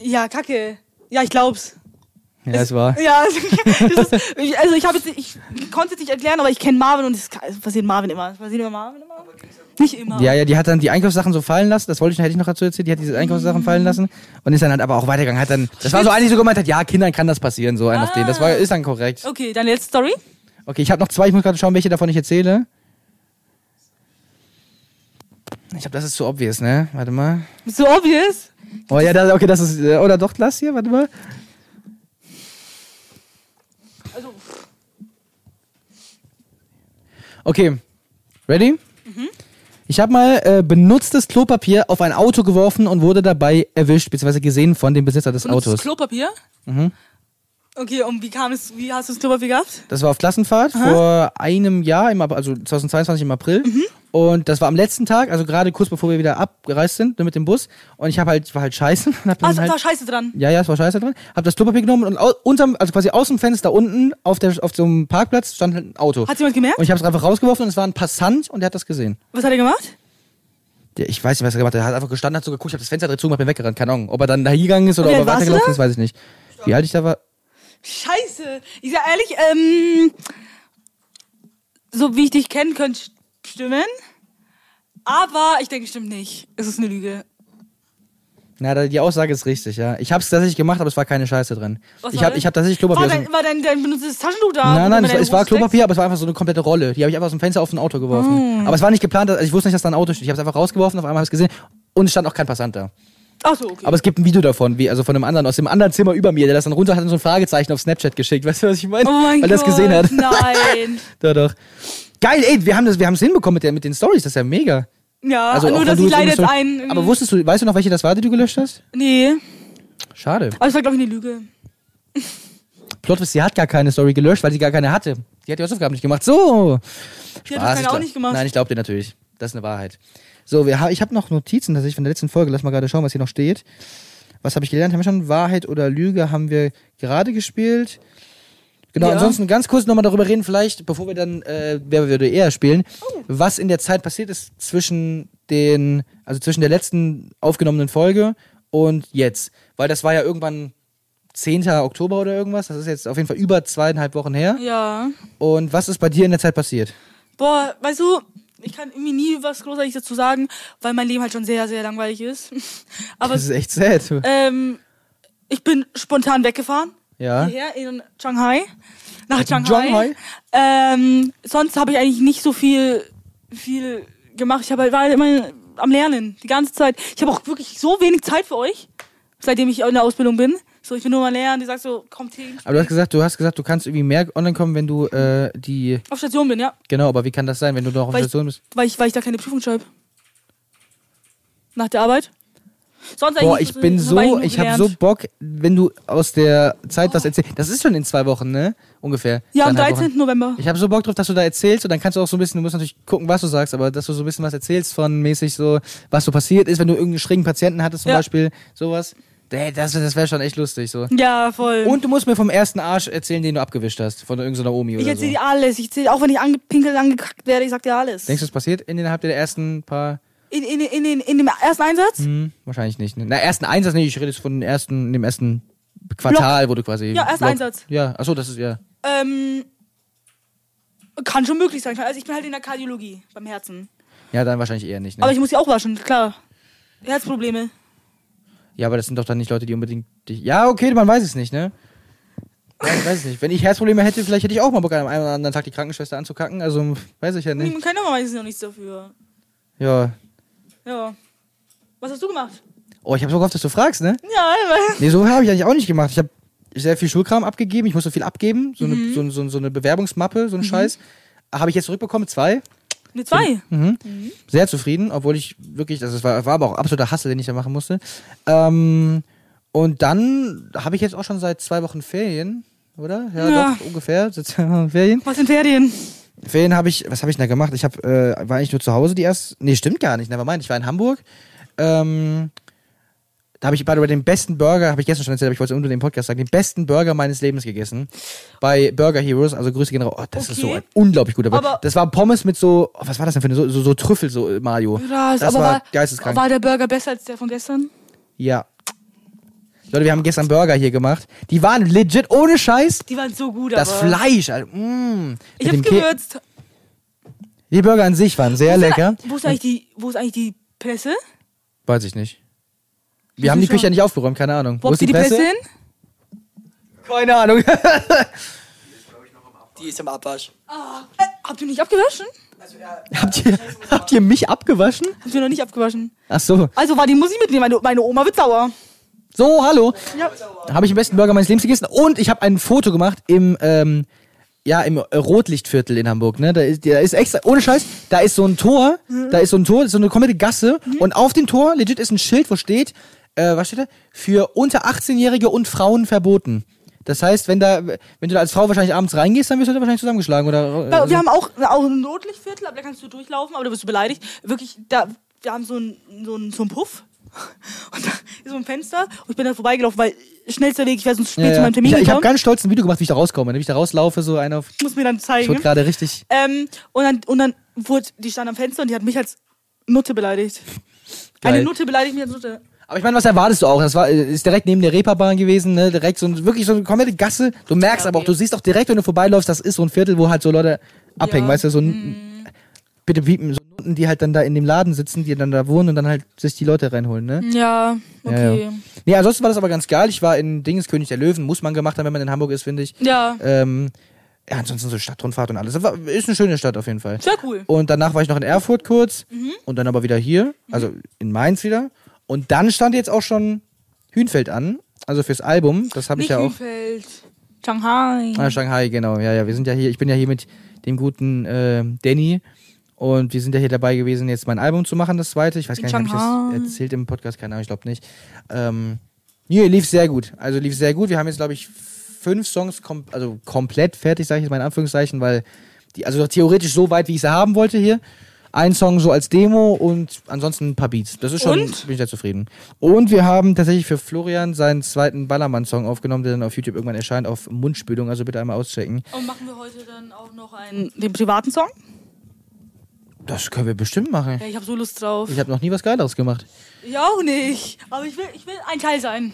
[SPEAKER 1] Ja, kacke. Ja, ich glaub's.
[SPEAKER 2] Ja, es war.
[SPEAKER 1] Ja, (laughs) also, das ist, ich- also ich habe jetzt, ich konnte es nicht erklären, aber ich kenne Marvin und es ka- es passiert Marvin immer. Es passiert immer Marvin immer? Nicht immer.
[SPEAKER 2] Ja, ja, die hat dann die Einkaufssachen so fallen lassen. Das wollte ich, hätte ich noch dazu erzählt. Die hat diese Einkaufssachen fallen lassen und ist dann halt aber auch weitergegangen. Hat dann, das war so eine, die so gemeint hat, ja, Kindern kann das passieren, so ein auf den. Das war, ist dann korrekt.
[SPEAKER 1] Okay, deine letzte Story?
[SPEAKER 2] Okay, ich habe noch zwei. Ich muss gerade schauen, welche davon ich erzähle. Ich glaube, das ist zu obvious, ne? Warte mal.
[SPEAKER 1] So obvious.
[SPEAKER 2] Oh ja, das, okay, das ist. äh, Oder doch, lass hier, warte mal.
[SPEAKER 1] Also,
[SPEAKER 2] Okay, ready? Ich habe mal äh, benutztes Klopapier auf ein Auto geworfen und wurde dabei erwischt, beziehungsweise gesehen von dem Besitzer des
[SPEAKER 1] benutztes
[SPEAKER 2] Autos.
[SPEAKER 1] Klopapier?
[SPEAKER 2] Mhm.
[SPEAKER 1] Okay, und wie kam es, wie hast du das Klopapier gehabt?
[SPEAKER 2] Das war auf Klassenfahrt vor einem Jahr, im, Ab- also 2022 im April.
[SPEAKER 1] Mhm.
[SPEAKER 2] Und das war am letzten Tag, also gerade kurz bevor wir wieder abgereist sind ne, mit dem Bus. Und ich habe halt, ich war halt scheißen. und hab (laughs) dann
[SPEAKER 1] Ah, da
[SPEAKER 2] halt,
[SPEAKER 1] war Scheiße dran.
[SPEAKER 2] Ja, ja, es war scheiße drin. Hab das Klopapier genommen und au unterm, also quasi aus dem Fenster unten auf, der, auf so einem Parkplatz stand halt ein Auto.
[SPEAKER 1] Hat jemand gemerkt?
[SPEAKER 2] und ich habe es einfach rausgeworfen und es war ein Passant und der hat das gesehen.
[SPEAKER 1] Was hat er gemacht?
[SPEAKER 2] Der, ich weiß nicht, was er gemacht hat. Er hat einfach gestanden, hat so geguckt, ich habe das Fenster drin zugemacht, bin weggerannt. Keine Ahnung. Ob er dann da hingegangen ist oder
[SPEAKER 1] Wie
[SPEAKER 2] ob er
[SPEAKER 1] alt warst du
[SPEAKER 2] weitergelaufen ist, weiß ich nicht. Wie alt ich da war?
[SPEAKER 1] Scheiße. Ich sag ehrlich, ähm, so wie ich dich kennen könnte, st- stimmen. Aber ich denke, stimmt nicht. Es ist eine Lüge.
[SPEAKER 2] Na, da- die Aussage ist richtig, ja. Ich habe es tatsächlich gemacht, aber es war keine Scheiße drin.
[SPEAKER 1] Was
[SPEAKER 2] ich
[SPEAKER 1] war
[SPEAKER 2] habe
[SPEAKER 1] denn?
[SPEAKER 2] hab tatsächlich
[SPEAKER 1] War
[SPEAKER 2] Klopapier. aus dem-
[SPEAKER 1] dein, war dein, dein benutztes Taschentuch da?
[SPEAKER 2] Nein, nein,
[SPEAKER 1] Mit
[SPEAKER 2] es,
[SPEAKER 1] deiner
[SPEAKER 2] es war
[SPEAKER 1] Hose steckst?
[SPEAKER 2] Klopapier, aber es war einfach so eine komplette Rolle. Die habe ich einfach aus dem Fenster auf ein Auto geworfen.
[SPEAKER 1] Hm.
[SPEAKER 2] Aber es war nicht geplant, also ich wusste nicht, dass da ein Auto steht. Ich habe es einfach rausgeworfen, auf einmal habe ich es gesehen und es stand auch kein Passant da.
[SPEAKER 1] Ach so, okay.
[SPEAKER 2] Aber es gibt ein Video davon, wie, also von einem anderen, aus dem anderen Zimmer über mir, der das dann runter hat und so ein Fragezeichen auf Snapchat geschickt. Weißt du, was ich meine?
[SPEAKER 1] oh mein
[SPEAKER 2] Weil
[SPEAKER 1] Gott.
[SPEAKER 2] das gesehen hat. (laughs)
[SPEAKER 1] Nein.
[SPEAKER 2] Doch, doch. Geil, ey, wir haben das, wir haben es hinbekommen mit, der, mit den Stories, das ist ja mega.
[SPEAKER 1] Ja,
[SPEAKER 2] Also, auch
[SPEAKER 1] nur,
[SPEAKER 2] wenn
[SPEAKER 1] dass
[SPEAKER 2] du
[SPEAKER 1] ich leider
[SPEAKER 2] irgendwie
[SPEAKER 1] jetzt
[SPEAKER 2] so-
[SPEAKER 1] ein.
[SPEAKER 2] Aber wusstest du, weißt du noch, welche das war, die du gelöscht hast?
[SPEAKER 1] Nee.
[SPEAKER 2] Schade.
[SPEAKER 1] Aber es war, glaube ich, eine Lüge.
[SPEAKER 2] Plotwist, sie hat gar keine Story gelöscht, weil sie gar keine hatte. Die hat die Hausaufgaben nicht gemacht. So!
[SPEAKER 1] Die
[SPEAKER 2] Spaß,
[SPEAKER 1] hat
[SPEAKER 2] ich
[SPEAKER 1] das auch
[SPEAKER 2] glaub-
[SPEAKER 1] nicht gemacht.
[SPEAKER 2] Nein, ich glaube dir natürlich. Das ist eine Wahrheit. So, wir ha ich habe noch Notizen tatsächlich von der letzten Folge. Lass mal gerade schauen, was hier noch steht. Was habe ich gelernt? Haben wir schon Wahrheit oder Lüge? Haben wir gerade gespielt? Genau,
[SPEAKER 1] Ja.
[SPEAKER 2] ansonsten ganz kurz nochmal darüber reden, vielleicht, bevor wir dann äh, Wer würde eher spielen,
[SPEAKER 1] Oh.
[SPEAKER 2] was in der Zeit passiert ist zwischen den, also zwischen der letzten aufgenommenen Folge und jetzt. Weil das war ja irgendwann 10. Oktober oder irgendwas. Das ist jetzt auf jeden Fall über zweieinhalb Wochen her.
[SPEAKER 1] Ja.
[SPEAKER 2] Und was ist bei dir in der Zeit passiert?
[SPEAKER 1] Boah, weißt du, ich kann irgendwie nie was Großartiges dazu sagen, weil mein Leben halt schon sehr, sehr langweilig ist. (laughs) Aber
[SPEAKER 2] Das ist echt sad.
[SPEAKER 1] ähm, ich bin spontan weggefahren.
[SPEAKER 2] Ja.
[SPEAKER 1] Hierher in Shanghai. Nach Shanghai.
[SPEAKER 2] Shanghai?
[SPEAKER 1] Ähm, sonst habe ich eigentlich nicht so viel, viel gemacht. Ich hab halt, war halt immer am Lernen, die ganze Zeit. Ich habe auch wirklich so wenig Zeit für euch, seitdem ich in der Ausbildung bin. So, ich bin nur mal lernen, die sagt so, kommt hin.
[SPEAKER 2] Aber du hast gesagt, du hast gesagt, du kannst irgendwie mehr online kommen, wenn du äh, die.
[SPEAKER 1] Auf Station bin, ja.
[SPEAKER 2] Genau, aber wie kann das sein, wenn du noch auf
[SPEAKER 1] Weil ich-
[SPEAKER 2] Station bist?
[SPEAKER 1] Weil ich, weil ich da keine Prüfung schreibe. Nach der Arbeit. Sonst
[SPEAKER 2] Boah,
[SPEAKER 1] eigentlich
[SPEAKER 2] ich bin
[SPEAKER 1] hab
[SPEAKER 2] so,
[SPEAKER 1] nur
[SPEAKER 2] ich habe
[SPEAKER 1] gelernt. Oh.
[SPEAKER 2] so Bock, wenn du aus der Zeit was erzählst. Das ist schon in zwei Wochen, ne? Ungefähr.
[SPEAKER 1] Ja, am
[SPEAKER 2] Zweieinhalb Wochen.
[SPEAKER 1] 13. November.
[SPEAKER 2] Ich habe so Bock drauf, dass du da erzählst und dann kannst du auch so ein bisschen, du musst natürlich gucken, was du sagst, aber dass du so ein bisschen was erzählst von mäßig so, was so passiert ist, wenn du irgendeinen schrägen Patienten hattest zum
[SPEAKER 1] Ja. Ähm.
[SPEAKER 2] Beispiel, sowas. Ey, das, das wäre schon echt lustig so.
[SPEAKER 1] Ja, voll.
[SPEAKER 2] Und du musst mir vom ersten Arsch erzählen, den du abgewischt hast, von irgendeiner Omi
[SPEAKER 1] ich
[SPEAKER 2] oder
[SPEAKER 1] erzähle
[SPEAKER 2] so.
[SPEAKER 1] dir alles. Ich erzähl, auch wenn ich angepinkelt, angekackt werde, ich sag dir alles.
[SPEAKER 2] Denkst du, es passiert innerhalb der ersten paar
[SPEAKER 1] in, in, in, in, in dem ersten Einsatz?
[SPEAKER 2] Hm, wahrscheinlich nicht. Ne? Na, ersten Einsatz, nee, ich rede jetzt von dem ersten, dem ersten Quartal, wo du quasi.
[SPEAKER 1] Ja, ersten
[SPEAKER 2] Block-
[SPEAKER 1] Einsatz.
[SPEAKER 2] Ja, achso, das ist ja.
[SPEAKER 1] Ähm, kann schon möglich sein. Also ich bin halt in der Kardiologie beim Herzen.
[SPEAKER 2] Ja, dann wahrscheinlich eher nicht. Ne?
[SPEAKER 1] Aber ich muss die auch waschen, klar. Herzprobleme.
[SPEAKER 2] ja, aber das sind doch dann nicht Leute, die unbedingt dich. Ja, okay, man weiß es nicht, ne? Weiß, weiß es nicht. Wenn ich Herzprobleme hätte, vielleicht hätte ich auch mal Bock, an einem oder anderen Tag die Krankenschwester anzukacken. Also, weiß ich ja nicht.
[SPEAKER 1] Man kann doch meistens noch nichts dafür.
[SPEAKER 2] Ja.
[SPEAKER 1] Ja. Was hast du gemacht?
[SPEAKER 2] Oh, ich habe so gehofft, dass du fragst, ne?
[SPEAKER 1] Ja,
[SPEAKER 2] Nee, so habe ich eigentlich auch nicht gemacht. Ich habe sehr viel Schulkram abgegeben. Ich musste viel abgeben. So,
[SPEAKER 1] Mhm.
[SPEAKER 2] eine, so, so, so eine Bewerbungsmappe, so ein Scheiß. Habe ich jetzt zurückbekommen, zwei.
[SPEAKER 1] eine zwei.
[SPEAKER 2] Hm.
[SPEAKER 1] Hm.
[SPEAKER 2] sehr zufrieden, obwohl ich wirklich, also es war, war aber auch absoluter Hassel, den ich da machen musste. Ähm, und dann habe ich jetzt auch schon seit zwei Wochen Ferien, oder? Ja,
[SPEAKER 1] Ja.
[SPEAKER 2] doch, ungefähr, seit zwei Wochen Ferien.
[SPEAKER 1] Was sind Ferien?
[SPEAKER 2] Ferien habe ich, was habe ich denn da gemacht? Ich hab, äh, war eigentlich nur zu Hause die erste, nee, stimmt gar nicht, nevermind, ich war in Hamburg. Ähm, da habe ich bei den besten Burger, habe ich gestern schon erzählt, aber ich wollte es unter dem Podcast sagen, den besten Burger meines Lebens gegessen. Bei Burger Heroes, also Grüße generell. Oh, das ist so
[SPEAKER 1] Okay.
[SPEAKER 2] ein unglaublich guter Burger.
[SPEAKER 1] Aber-
[SPEAKER 2] Das war Pommes mit so, oh, was war das denn für eine, so, so, so Trüffel, so äh, Mario.
[SPEAKER 1] Krass,
[SPEAKER 2] das
[SPEAKER 1] aber
[SPEAKER 2] war
[SPEAKER 1] war,
[SPEAKER 2] geisteskrank.
[SPEAKER 1] war der Burger besser als der von gestern?
[SPEAKER 2] ja. Leute, wir haben gestern Burger hier gemacht. Die waren legit ohne Scheiß.
[SPEAKER 1] Die waren so gut,
[SPEAKER 2] Das
[SPEAKER 1] aber...
[SPEAKER 2] Fleisch, Alter. Mm,
[SPEAKER 1] Ich
[SPEAKER 2] mit
[SPEAKER 1] hab's
[SPEAKER 2] dem Kä-
[SPEAKER 1] gewürzt.
[SPEAKER 2] Die Burger an sich waren sehr
[SPEAKER 1] Wo ist
[SPEAKER 2] lecker.
[SPEAKER 1] da- Wo ist eigentlich die, wo ist eigentlich die Presse?
[SPEAKER 2] Weiß ich nicht.
[SPEAKER 1] Muss
[SPEAKER 2] Wir haben die
[SPEAKER 1] ich
[SPEAKER 2] Küche
[SPEAKER 1] schauen.
[SPEAKER 2] ja nicht aufgeräumt, keine Ahnung.
[SPEAKER 1] Wo habt ihr die Presse hin?
[SPEAKER 2] Keine Ahnung. (laughs)
[SPEAKER 3] Die ist im Abwasch.
[SPEAKER 1] Äh, habt ihr nicht abgewaschen?
[SPEAKER 3] Also, ja,
[SPEAKER 2] habt, ihr, habt ihr mich abgewaschen?
[SPEAKER 1] Habt ihr noch nicht abgewaschen?
[SPEAKER 2] Ach so.
[SPEAKER 1] Also war die muss ich mitnehmen, meine, meine Oma wird sauer.
[SPEAKER 2] So, hallo.
[SPEAKER 1] Ja.
[SPEAKER 2] Habe ich den besten Burger meines Lebens gegessen und ich habe ein Foto gemacht im ähm, ja im äh, Rotlichtviertel in Hamburg. Ne, da ist, da ist extra ohne Scheiß, da ist so ein Tor, da ist so ein Tor, so eine komplette Gasse und auf dem Tor legit ist ein Schild, wo steht, äh, was steht da? Für unter 18-Jährige und Frauen verboten. Das heißt, wenn da, wenn du da als Frau wahrscheinlich abends reingehst, dann wirst du da wahrscheinlich zusammengeschlagen oder. äh,
[SPEAKER 1] Weil Wir haben auch, auch ein Notlichtviertel, aber da kannst du durchlaufen, aber da bist du beleidigt. Wirklich, da, wir haben so einen so einen- so einen Puff (laughs) und da ist so ein Fenster und ich bin da vorbeigelaufen, weil schnellster Weg, ich wäre sonst spät
[SPEAKER 2] ja,
[SPEAKER 1] zu
[SPEAKER 2] ja.
[SPEAKER 1] meinem Termin
[SPEAKER 2] Ich, ich habe
[SPEAKER 1] gekommen.
[SPEAKER 2] ganz stolz ein Video gemacht, wie ich da rauskomme, ne? wie ich da rauslaufe, so einer auf.
[SPEAKER 1] Ich muss mir dann
[SPEAKER 2] Ich wurde
[SPEAKER 1] zeigen.
[SPEAKER 2] gerade richtig.
[SPEAKER 1] Ähm, und, dann, und dann wurde, die stand am Fenster und die hat mich als Nutte beleidigt.
[SPEAKER 2] Geil.
[SPEAKER 1] Eine Nutte beleidigt mich als Nutte.
[SPEAKER 2] Aber ich meine, was erwartest du auch? Das war, äh, ist direkt neben der Reeperbahn gewesen, ne? Direkt so ein, wirklich so eine komplette Gasse. Du merkst
[SPEAKER 1] Ja,
[SPEAKER 2] aber auch,
[SPEAKER 1] okay.
[SPEAKER 2] du siehst auch direkt, wenn du vorbeiläufst, das ist so ein Viertel, wo halt so Leute abhängen,
[SPEAKER 1] Ja. Mhm.
[SPEAKER 2] weißt du, so ein, bitte piepen, so unten, die halt dann da in dem Laden sitzen, die dann da wohnen und dann halt sich die Leute reinholen, ne?
[SPEAKER 1] Mhm. Ja, okay.
[SPEAKER 2] Ja, ja. Nee, ansonsten war das aber ganz geil. Ich war in Dinges König der Löwen, muss man gemacht haben, wenn man in Hamburg ist, finde ich.
[SPEAKER 1] Ja,
[SPEAKER 2] Ähm, ja, ansonsten so Stadtrundfahrt und alles. Das war, ist eine schöne Stadt auf jeden Fall.
[SPEAKER 1] sehr cool.
[SPEAKER 2] Und danach war ich noch in Erfurt kurz
[SPEAKER 1] Mhm.
[SPEAKER 2] und dann aber wieder hier, also in Mainz wieder. Und dann stand jetzt auch schon Hühnfeld an, also fürs Album. Das habe ich
[SPEAKER 1] Nicht
[SPEAKER 2] ja auch.
[SPEAKER 1] Hünfeld, Shanghai.
[SPEAKER 2] Ah, Shanghai, genau. Ja, ja, wir sind ja hier. Ich bin ja hier mit dem guten äh, Danny und wir sind ja hier dabei gewesen, jetzt mein Album zu machen, das zweite. Ich weiß
[SPEAKER 1] In
[SPEAKER 2] gar nicht, habe ich
[SPEAKER 1] Shanghai.
[SPEAKER 2] das erzählt im Podcast? Keine Ahnung, ich glaube nicht. Ähm, nee, lief sehr gut. Also lief sehr gut. Wir haben jetzt, glaube ich, fünf Songs kom also komplett fertig, sage ich jetzt mal in Anführungszeichen, weil die, also theoretisch so weit, wie ich sie haben wollte hier. Ein Song so als Demo und ansonsten ein paar Beats. Das ist schon,
[SPEAKER 1] Und?
[SPEAKER 2] bin ich sehr zufrieden. Und wir haben tatsächlich für Florian seinen zweiten Ballermann-Song aufgenommen, der dann auf YouTube irgendwann erscheint, auf Mundspülung. Also bitte einmal auschecken.
[SPEAKER 1] Und machen wir heute dann auch noch einen, den privaten Song?
[SPEAKER 2] Das können wir bestimmt machen.
[SPEAKER 1] Ja, ich habe so Lust drauf.
[SPEAKER 2] Ich habe noch nie was Geileres gemacht.
[SPEAKER 1] Ich auch nicht. Aber ich will, ich will ein Teil sein.
[SPEAKER 2] Äh,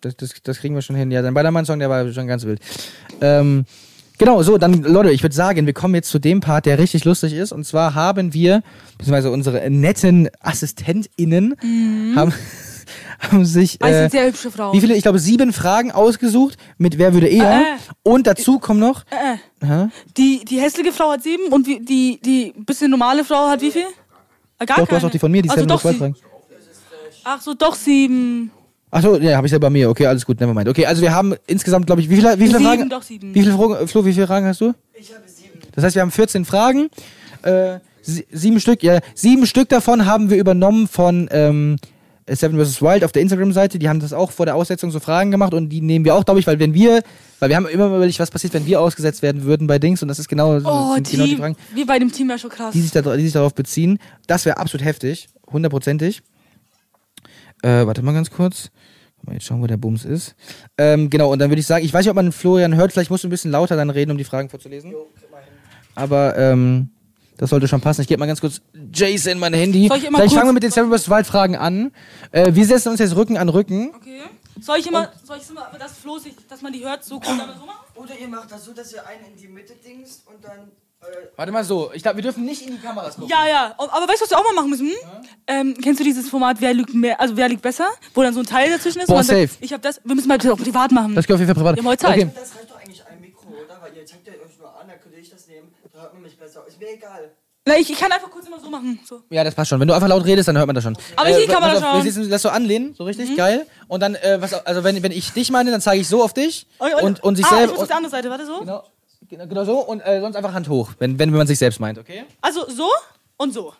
[SPEAKER 2] Das, das, das kriegen wir schon hin. Ja, dein Ballermann-Song, der war schon ganz wild. Ähm, genau, so, dann, Leute, ich würde sagen, wir kommen jetzt zu dem Part, der richtig lustig ist. Und zwar haben wir, beziehungsweise unsere netten AssistentInnen haben, (laughs) haben sich.
[SPEAKER 1] Weil es Mhm.
[SPEAKER 2] Äh,
[SPEAKER 1] Ah, sind sehr hübsche Frauen.
[SPEAKER 2] wie viele? Ich glaube, sieben Fragen ausgesucht mit Wer würde eher?
[SPEAKER 1] Äh, äh.
[SPEAKER 2] Und dazu kommen noch.
[SPEAKER 1] Äh, äh.
[SPEAKER 2] Hä?
[SPEAKER 1] die, die hässliche Frau hat sieben und wie- die, die bisschen normale Frau hat wie viel? Ah, gar
[SPEAKER 2] Doch, du hast
[SPEAKER 1] keine.
[SPEAKER 2] auch die von mir, die
[SPEAKER 1] also
[SPEAKER 2] Seven
[SPEAKER 1] doch
[SPEAKER 2] also
[SPEAKER 1] sie-
[SPEAKER 2] Fragen.
[SPEAKER 1] Ach so, doch sieben.
[SPEAKER 2] Achso, ja, habe ich ja bei mir. Okay, alles gut, nevermind. Okay, also wir haben insgesamt, glaube ich, wie viele, wie viele
[SPEAKER 1] sieben,
[SPEAKER 2] Fragen?
[SPEAKER 1] doch sieben.
[SPEAKER 2] Wie viele Fragen, Flo, wie viele Fragen hast du?
[SPEAKER 3] ich habe sieben.
[SPEAKER 2] Das heißt, wir haben 14 Fragen. Äh, sie- sieben Stück, ja, sieben Stück davon haben wir übernommen von ähm, Seven vs. Wild auf der Instagram-Seite. Die haben das auch vor der Aussetzung so Fragen gemacht und die nehmen wir auch, glaube ich, weil wenn wir, weil wir haben immer mal überlegt, was passiert, wenn wir ausgesetzt werden würden bei Dings und das ist genau,
[SPEAKER 1] Oh,
[SPEAKER 2] sind genau die Fragen,
[SPEAKER 1] Team. Wie bei dem Team ja schon krass.
[SPEAKER 2] die sich, da, die sich darauf beziehen. Das wäre absolut heftig, hundertprozentig. Äh, warte mal ganz kurz. Mal Jetzt schauen, wo der Bums ist. Ähm, genau, und dann würde ich sagen, ich weiß nicht, ob man Florian hört, vielleicht musst du ein bisschen lauter dann reden, um die Fragen vorzulesen.
[SPEAKER 3] Jo, krieg mal hin.
[SPEAKER 2] Aber ähm, das sollte schon passen. Ich gebe mal ganz kurz Jason mein Handy.
[SPEAKER 1] Soll ich immer
[SPEAKER 2] Vielleicht
[SPEAKER 1] kurz-
[SPEAKER 2] fangen wir mit den Seven vs. Wild Fragen an. Äh, wir setzen uns jetzt Rücken an Rücken.
[SPEAKER 1] Okay. Soll ich immer, soll ich immer, das Flo sich, dass man die hört, so kommt damit rum?
[SPEAKER 3] Oder ihr macht das so, dass ihr einen in die Mitte dingst und dann. Äh,
[SPEAKER 2] Warte mal so, ich glaube, wir dürfen nicht in die Kameras gucken.
[SPEAKER 1] Ja, ja. Aber weißt du, was wir auch mal machen müssen? Ähm, kennst du dieses Format, wer liegt mehr, also wer liegt besser? Wo dann so ein Teil dazwischen ist.
[SPEAKER 2] Boah,
[SPEAKER 1] wo man
[SPEAKER 2] safe.
[SPEAKER 1] Sagt, ich hab das, wir müssen mal das auch privat machen.
[SPEAKER 2] Das geht auf jeden Fall privat.
[SPEAKER 1] Wir haben heute Zeit.
[SPEAKER 2] Okay.
[SPEAKER 3] das reicht doch eigentlich ein Mikro, oder? Weil ihr zeigt ja euch nur an, dann könnte ich das nehmen. Da hört man mich besser. Ist mir egal.
[SPEAKER 1] Na, ich, ich kann einfach kurz immer so machen. So.
[SPEAKER 2] Ja, das passt schon. Wenn du einfach laut redest, dann hört man das schon. Äh,
[SPEAKER 1] Aber ich in die
[SPEAKER 2] pass
[SPEAKER 1] Kamera Mhm.
[SPEAKER 2] auf,
[SPEAKER 1] schauen.
[SPEAKER 2] Wir sitzen, lass so anlehnen, so richtig geil. Und dann, äh, was, also wenn, wenn ich dich meine, dann zeige ich so auf dich und, und, sich
[SPEAKER 1] ah, Ich
[SPEAKER 2] selbst.
[SPEAKER 1] muss auf die andere Seite, warte so.
[SPEAKER 2] Genau, genau, genau so und äh, sonst einfach Hand hoch, wenn, wenn man sich selbst meint, okay?
[SPEAKER 1] Also so und so.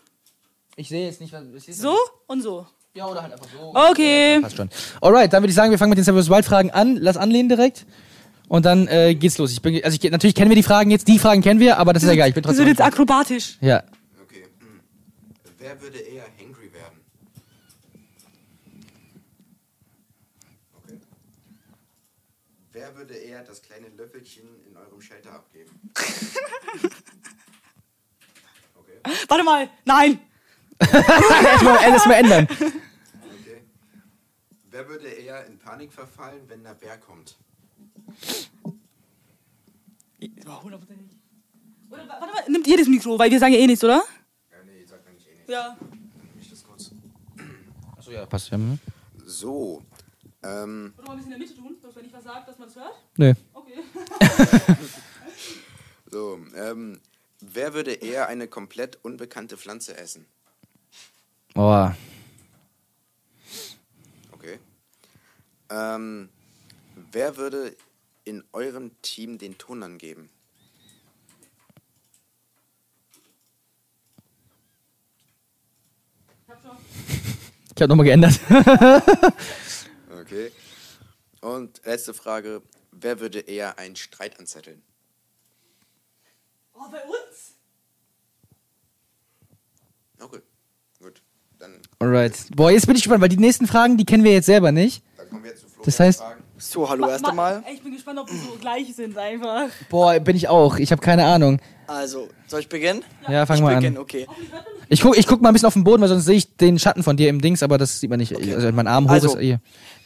[SPEAKER 2] Ich sehe jetzt nicht, was. Ich seh's
[SPEAKER 1] So und so.
[SPEAKER 2] nicht. Ja, oder halt einfach so.
[SPEAKER 1] Okay.
[SPEAKER 2] Passt schon. Alright, dann würde ich sagen, wir fangen mit den Seven vs. Wild Fragen an. Lass anlehnen direkt. Und dann äh, geht's los. Ich bin, also ich, ge- natürlich kennen wir die Fragen jetzt, die Fragen kennen wir, aber das ist ja egal. Ich bin
[SPEAKER 1] Das wird
[SPEAKER 2] trotzdem.
[SPEAKER 1] jetzt akrobatisch. (laughs)
[SPEAKER 2] Ja.
[SPEAKER 4] Okay. hm. Wer würde eher hangry werden? Okay. Wer würde eher das kleine Löffelchen in eurem Shelter abgeben? Okay.
[SPEAKER 1] Warte mal. Nein.
[SPEAKER 2] Erstmal erstmal ändern.
[SPEAKER 4] Okay. Wer würde eher in Panik verfallen, wenn der Bär kommt?
[SPEAKER 1] Ja, hundertprozentig. Oder wa- warte mal, nimmt ihr das Mikro, weil wir sagen ja eh nichts, oder?
[SPEAKER 4] Ja, nee, ich sag nämlich eh nicht.
[SPEAKER 1] Ja.
[SPEAKER 4] Dann nehme ich das kurz.
[SPEAKER 2] Achso, ja, passt ja. ne?
[SPEAKER 4] So. Ähm,
[SPEAKER 1] Oder mal ein bisschen in der Mitte tun, dass wenn ich was sage, dass man es hört.
[SPEAKER 2] Nee.
[SPEAKER 1] Okay.
[SPEAKER 4] so ähm, wer würde eher eine komplett unbekannte Pflanze essen?
[SPEAKER 2] Oh.
[SPEAKER 4] Okay. Ähm, wer würde in eurem Team den Ton angeben?
[SPEAKER 2] Ich hab nochmal geändert. (laughs)
[SPEAKER 4] Okay. Und letzte Frage. Wer würde eher einen Streit anzetteln?
[SPEAKER 1] Oh, bei uns?
[SPEAKER 4] Okay. Gut. Dann,
[SPEAKER 2] Alright. Boah, jetzt bin ich gespannt, weil die nächsten Fragen, die kennen wir jetzt selber nicht.
[SPEAKER 4] dann kommen wir jetzt zu Flo.
[SPEAKER 2] Das heißt-
[SPEAKER 4] Fragen.
[SPEAKER 3] So, hallo erst
[SPEAKER 1] Ma-
[SPEAKER 3] einmal.
[SPEAKER 1] Ey, ich bin gespannt, ob die so gleich sind einfach.
[SPEAKER 2] Boah, bin ich auch. Ich habe keine Ahnung.
[SPEAKER 3] Also, soll ich beginnen?
[SPEAKER 2] Ja, fang
[SPEAKER 3] ich
[SPEAKER 2] mal
[SPEAKER 3] beginne,
[SPEAKER 2] an.
[SPEAKER 3] okay.
[SPEAKER 2] Ich guck, ich guck mal ein bisschen auf den Boden, weil sonst sehe ich den Schatten von dir im Dings, aber das sieht man nicht. Also mein Arm hoch
[SPEAKER 3] Also-
[SPEAKER 2] ist eh.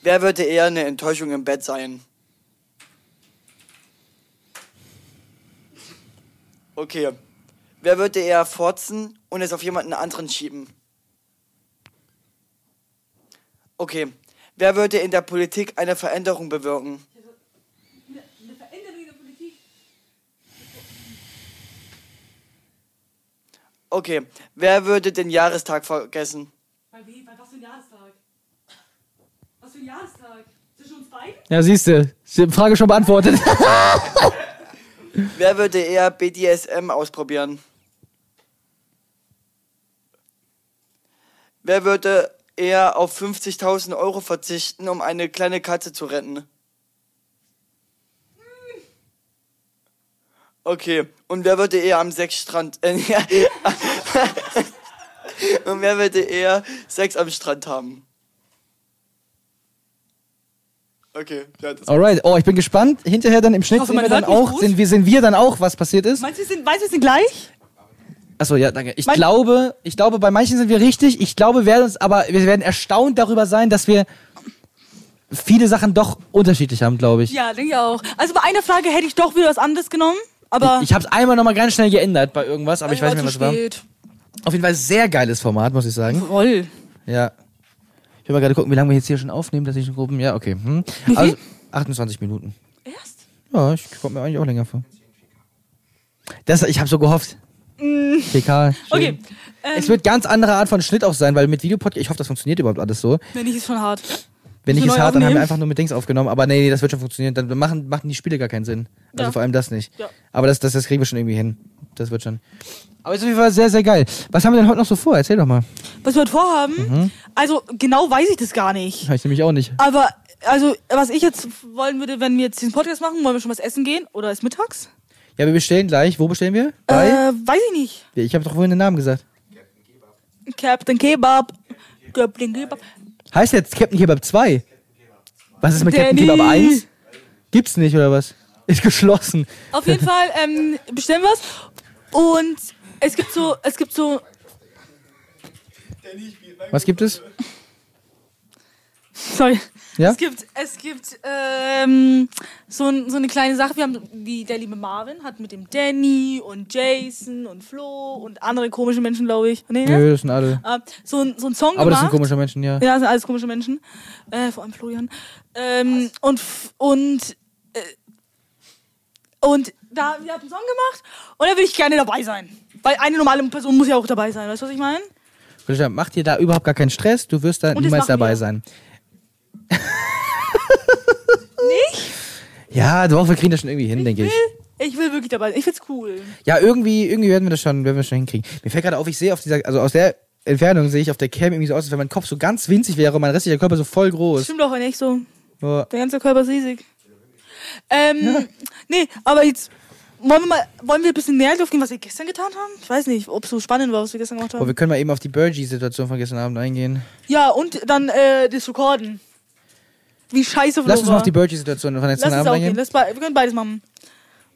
[SPEAKER 3] Wer würde eher eine Enttäuschung im Bett sein? Okay. Wer würde eher forzen und es auf jemanden anderen schieben? Okay. Wer würde in der Politik eine Veränderung bewirken?
[SPEAKER 1] Eine Veränderung der Politik.
[SPEAKER 3] Okay. Wer würde den Jahrestag vergessen?
[SPEAKER 1] Bei wem? Bei was für ein Jahrestag? Was für ein Jahrestag? Zwischen uns beiden?
[SPEAKER 2] Ja, siehst du. Frage
[SPEAKER 1] (laughs)
[SPEAKER 2] schon beantwortet.
[SPEAKER 3] Wer würde eher BDSM ausprobieren? Wer würde eher auf 50.000 Euro verzichten, um eine kleine Katze zu retten? Okay, und wer würde eher am Sexstrand... Äh, (laughs) und wer würde eher Sex am Strand haben? Okay, ja, das
[SPEAKER 2] Alright. Oh, ich bin gespannt. Hinterher dann im Schnitt
[SPEAKER 1] Ich hoffe,
[SPEAKER 2] sehen
[SPEAKER 1] man
[SPEAKER 2] wir dann
[SPEAKER 1] hört mich
[SPEAKER 2] auch,
[SPEAKER 1] gut.
[SPEAKER 2] sehen wir, sehen wir dann auch, was passiert ist.
[SPEAKER 1] Meinst du, wir sind, meinst, du, wir sind gleich?
[SPEAKER 2] Achso, ja, danke. Ich
[SPEAKER 1] Mein-
[SPEAKER 2] glaube, ich glaube, bei manchen sind wir richtig. Ich glaube, werden uns, aber wir werden erstaunt darüber sein, dass wir viele Sachen doch unterschiedlich haben, glaube ich.
[SPEAKER 1] Ja, denke ich auch. Also bei einer Frage hätte ich doch wieder was anderes genommen, aber.
[SPEAKER 2] Ich habe es einmal nochmal ganz schnell geändert bei irgendwas, aber ich weiß nicht mehr, was war. Auf jeden Fall sehr geiles Format, muss ich sagen.
[SPEAKER 1] Roll.
[SPEAKER 2] Ja. Ich will mal gerade gucken, wie lange wir jetzt hier schon aufnehmen, dass ich in Gruppen. Ja, okay. Hm.
[SPEAKER 1] viel?
[SPEAKER 2] Also 28 Minuten.
[SPEAKER 1] Erst?
[SPEAKER 2] Ja, ich kommt mir eigentlich auch länger vor. Das, ich habe so gehofft. PK. schön.
[SPEAKER 1] Mm. Okay. Ähm,
[SPEAKER 2] Es wird ganz andere Art von Schnitt auch sein, weil mit Videopodcast, ich hoffe, das funktioniert überhaupt alles so.
[SPEAKER 1] wenn nicht, ist schon hart.
[SPEAKER 2] Wenn
[SPEAKER 1] Müssen
[SPEAKER 2] nicht
[SPEAKER 1] wir
[SPEAKER 2] es
[SPEAKER 1] neu
[SPEAKER 2] hart, dann haben wir
[SPEAKER 1] aufnehmen?
[SPEAKER 2] einfach nur mit Dings aufgenommen. Aber nee, nee, das wird schon funktionieren. Dann machen, machen die Spiele gar keinen Sinn. Also
[SPEAKER 1] Ja.
[SPEAKER 2] vor allem das nicht.
[SPEAKER 1] Ja.
[SPEAKER 2] Aber das, das, das kriegen wir schon irgendwie hin. Das wird schon. Aber ist auf jeden Fall sehr, sehr geil. Was haben wir denn heute noch so vor? Erzähl doch mal.
[SPEAKER 1] Was wir heute vorhaben,
[SPEAKER 2] Mhm.
[SPEAKER 1] also genau weiß ich das gar nicht.
[SPEAKER 2] Habe ich nämlich auch nicht.
[SPEAKER 1] Aber, also, was ich jetzt wollen würde, wenn wir jetzt diesen Podcast machen, wollen wir schon was essen gehen? Oder ist mittags?
[SPEAKER 2] Ja, wir bestellen gleich. Wo bestellen wir? Bei?
[SPEAKER 1] Äh, weiß ich nicht.
[SPEAKER 2] Ich habe doch vorhin den Namen gesagt.
[SPEAKER 1] Captain Kebab. Captain Kebab.
[SPEAKER 2] Heißt jetzt Captain Kebab 2? Was ist mit
[SPEAKER 1] Danny.
[SPEAKER 2] Captain Kebab 1? Gibt's nicht, oder was? Ist geschlossen.
[SPEAKER 1] Auf jeden Fall ähm, bestellen wir's. Und es gibt so, es gibt so,
[SPEAKER 2] Was gibt es?
[SPEAKER 1] sorry.
[SPEAKER 2] Ja?
[SPEAKER 1] Es gibt, es gibt ähm, so, ein- so eine kleine Sache. Wir haben die, der liebe Marvin hat mit dem Danny und Jason und Flo und andere komische Menschen, glaube ich. Nee,
[SPEAKER 2] Nö,
[SPEAKER 1] ne?
[SPEAKER 2] das sind alle.
[SPEAKER 1] Äh, so, ein- so ein Song
[SPEAKER 2] Aber das
[SPEAKER 1] gemacht.
[SPEAKER 2] sind komische Menschen, ja.
[SPEAKER 1] Ja, das sind alles komische Menschen. Äh, vor allem Florian. Ähm, und f- und äh, und da wir haben einen Song gemacht und da will ich gerne dabei sein. Weil eine normale Person muss ja auch dabei sein, weißt du, was ich meine?
[SPEAKER 2] Christian, mach dir da überhaupt gar keinen Stress. Du wirst da
[SPEAKER 1] Und das
[SPEAKER 2] niemals
[SPEAKER 1] machen
[SPEAKER 2] dabei
[SPEAKER 1] wir.
[SPEAKER 2] sein. Nicht? Ja, doch, wir kriegen das schon irgendwie hin, denke ich.
[SPEAKER 1] Ich will wirklich dabei sein. Ich find's cool.
[SPEAKER 2] Ja, irgendwie, irgendwie werden wir das schon, werden wir das schon hinkriegen. Mir fällt gerade auf, ich sehe auf dieser, also aus der Entfernung sehe ich auf der Cam irgendwie so aus, als wenn mein Kopf so ganz winzig wäre und mein restlicher Körper so voll groß.
[SPEAKER 1] Stimmt doch nicht so.
[SPEAKER 2] Boah.
[SPEAKER 1] Der ganze Körper ist riesig. Ähm, nee, aber jetzt wollen wir mal, wollen wir ein bisschen näher drauf gehen, was wir gestern getan haben? Ich weiß nicht, ob es so spannend war, was wir gestern gemacht
[SPEAKER 2] Boah,
[SPEAKER 1] haben.
[SPEAKER 2] wir können mal eben auf die Burgie-Situation von gestern Abend eingehen.
[SPEAKER 1] Ja, und dann äh, das Rekorden. Wie scheiße Flo
[SPEAKER 2] Lass uns mal
[SPEAKER 1] war.
[SPEAKER 2] auf die Burgie-Situation von
[SPEAKER 1] Lass
[SPEAKER 2] gestern
[SPEAKER 1] uns
[SPEAKER 2] Abend
[SPEAKER 1] auch gehen.
[SPEAKER 2] eingehen.
[SPEAKER 1] Lass bei, wir können beides machen.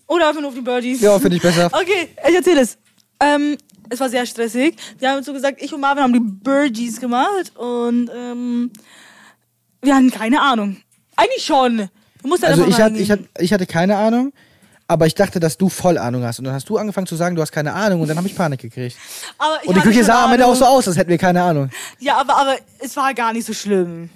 [SPEAKER 1] Oder einfach nur auf die Birdies.
[SPEAKER 2] Ja, finde ich besser.
[SPEAKER 1] (laughs) Okay, ich erzähle es. Ähm, es war sehr stressig. Wir haben so gesagt, ich und Marvin haben die Birdies gemacht und ähm, Wir hatten keine Ahnung. Eigentlich schon. Du musst da
[SPEAKER 2] Also
[SPEAKER 1] einfach
[SPEAKER 2] ich, hat,
[SPEAKER 1] reingehen.
[SPEAKER 2] ich, hat, ich hatte keine Ahnung, aber ich dachte, dass du voll Ahnung hast. Und dann hast du angefangen zu sagen, du hast keine Ahnung und dann habe ich Panik gekriegt.
[SPEAKER 1] Aber ich
[SPEAKER 2] Und die
[SPEAKER 1] hatte
[SPEAKER 2] Küche
[SPEAKER 1] keine
[SPEAKER 2] sah am Ende auch
[SPEAKER 1] Ahnung.
[SPEAKER 2] so aus, als hätten wir keine Ahnung.
[SPEAKER 1] Ja, aber, aber es war gar nicht so schlimm.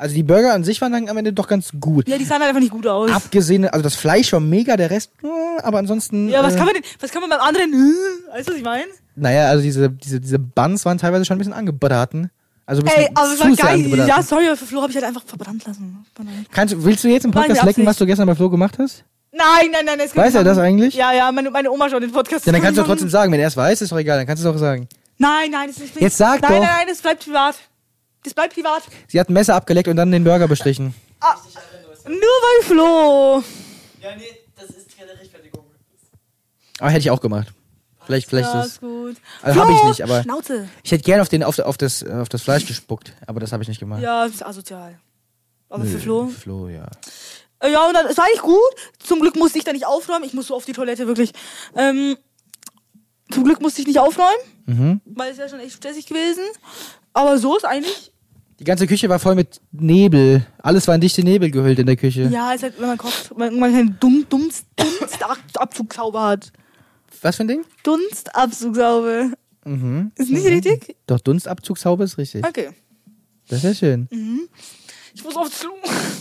[SPEAKER 2] Also die Burger an sich waren dann am Ende doch ganz gut.
[SPEAKER 1] Ja, die sahen halt einfach nicht gut aus.
[SPEAKER 2] Abgesehen, also das Fleisch war mega, der Rest, mm, aber ansonsten.
[SPEAKER 1] ja, was
[SPEAKER 2] äh,
[SPEAKER 1] kann man denn, was kann man beim anderen, (laughs) äh, weißt du, was ich meine?
[SPEAKER 2] Naja, also diese, diese, diese Buns waren teilweise schon ein bisschen angebraten. Also ein bisschen
[SPEAKER 1] Ey, aber es war
[SPEAKER 2] zu sehr
[SPEAKER 1] geil.
[SPEAKER 2] angebraten.
[SPEAKER 1] Ja, sorry, aber für Flo habe ich halt einfach verbrannt lassen. Verdammt.
[SPEAKER 2] Kannst, du- willst du jetzt im
[SPEAKER 1] War
[SPEAKER 2] Podcast
[SPEAKER 1] eine
[SPEAKER 2] lecken,
[SPEAKER 1] Absicht.
[SPEAKER 2] was du gestern bei Flo gemacht hast?
[SPEAKER 1] Nein, nein, nein, das kann
[SPEAKER 2] Weiß
[SPEAKER 1] ich machen.
[SPEAKER 2] er das eigentlich?
[SPEAKER 1] Ja, ja, meine, meine Oma schaut den Podcast.
[SPEAKER 2] Ja, dann kannst du doch trotzdem sagen, wenn er es weiß, ist doch egal, dann kannst du es auch sagen.
[SPEAKER 1] Nein, nein, das ist nicht.
[SPEAKER 2] Jetzt sag
[SPEAKER 1] nein,
[SPEAKER 2] doch.
[SPEAKER 1] Nein, nein, das bleibt privat. Das bleibt privat.
[SPEAKER 2] Sie hat ein Messer abgeleckt und dann den Burger bestrichen.
[SPEAKER 1] Nur weil Flo.
[SPEAKER 3] Ja, nee, das ist keine Rechtfertigung.
[SPEAKER 2] Aber Ah, hätte ich auch gemacht. Vielleicht, vielleicht
[SPEAKER 1] ja,
[SPEAKER 2] ist
[SPEAKER 1] ist gut.
[SPEAKER 2] Also hab ich nicht, aber-
[SPEAKER 1] Schnauze.
[SPEAKER 2] Ich hätte gern auf, den, auf, auf, das, äh, auf das Fleisch gespuckt, aber das habe ich nicht gemacht.
[SPEAKER 1] Ja, das ist asozial. Aber
[SPEAKER 2] Nö,
[SPEAKER 1] für Flo.
[SPEAKER 2] Flo, ja.
[SPEAKER 1] Äh, Ja, und dann, es war eigentlich gut. Zum Glück musste ich da nicht aufräumen. Ich muss so auf die Toilette, wirklich. Ähm, zum Glück musste ich nicht aufräumen,
[SPEAKER 2] Mhm.
[SPEAKER 1] weil es wäre schon echt stressig gewesen. Aber so ist eigentlich.
[SPEAKER 2] Die ganze Küche war voll mit Nebel. Alles war in dichte Nebel gehüllt in der Küche.
[SPEAKER 1] Ja, ist halt, wenn man kocht, man, man keinen Dun- Dunst, Dunstabzugshaube hat.
[SPEAKER 2] Was für ein Ding?
[SPEAKER 1] Dunstabzugshaube.
[SPEAKER 2] Mhm.
[SPEAKER 1] Ist nicht richtig?
[SPEAKER 2] Doch, Dunstabzugshaube ist richtig.
[SPEAKER 1] Okay.
[SPEAKER 2] Das ist ja schön.
[SPEAKER 1] Mhm. Ich muss aufs Klo.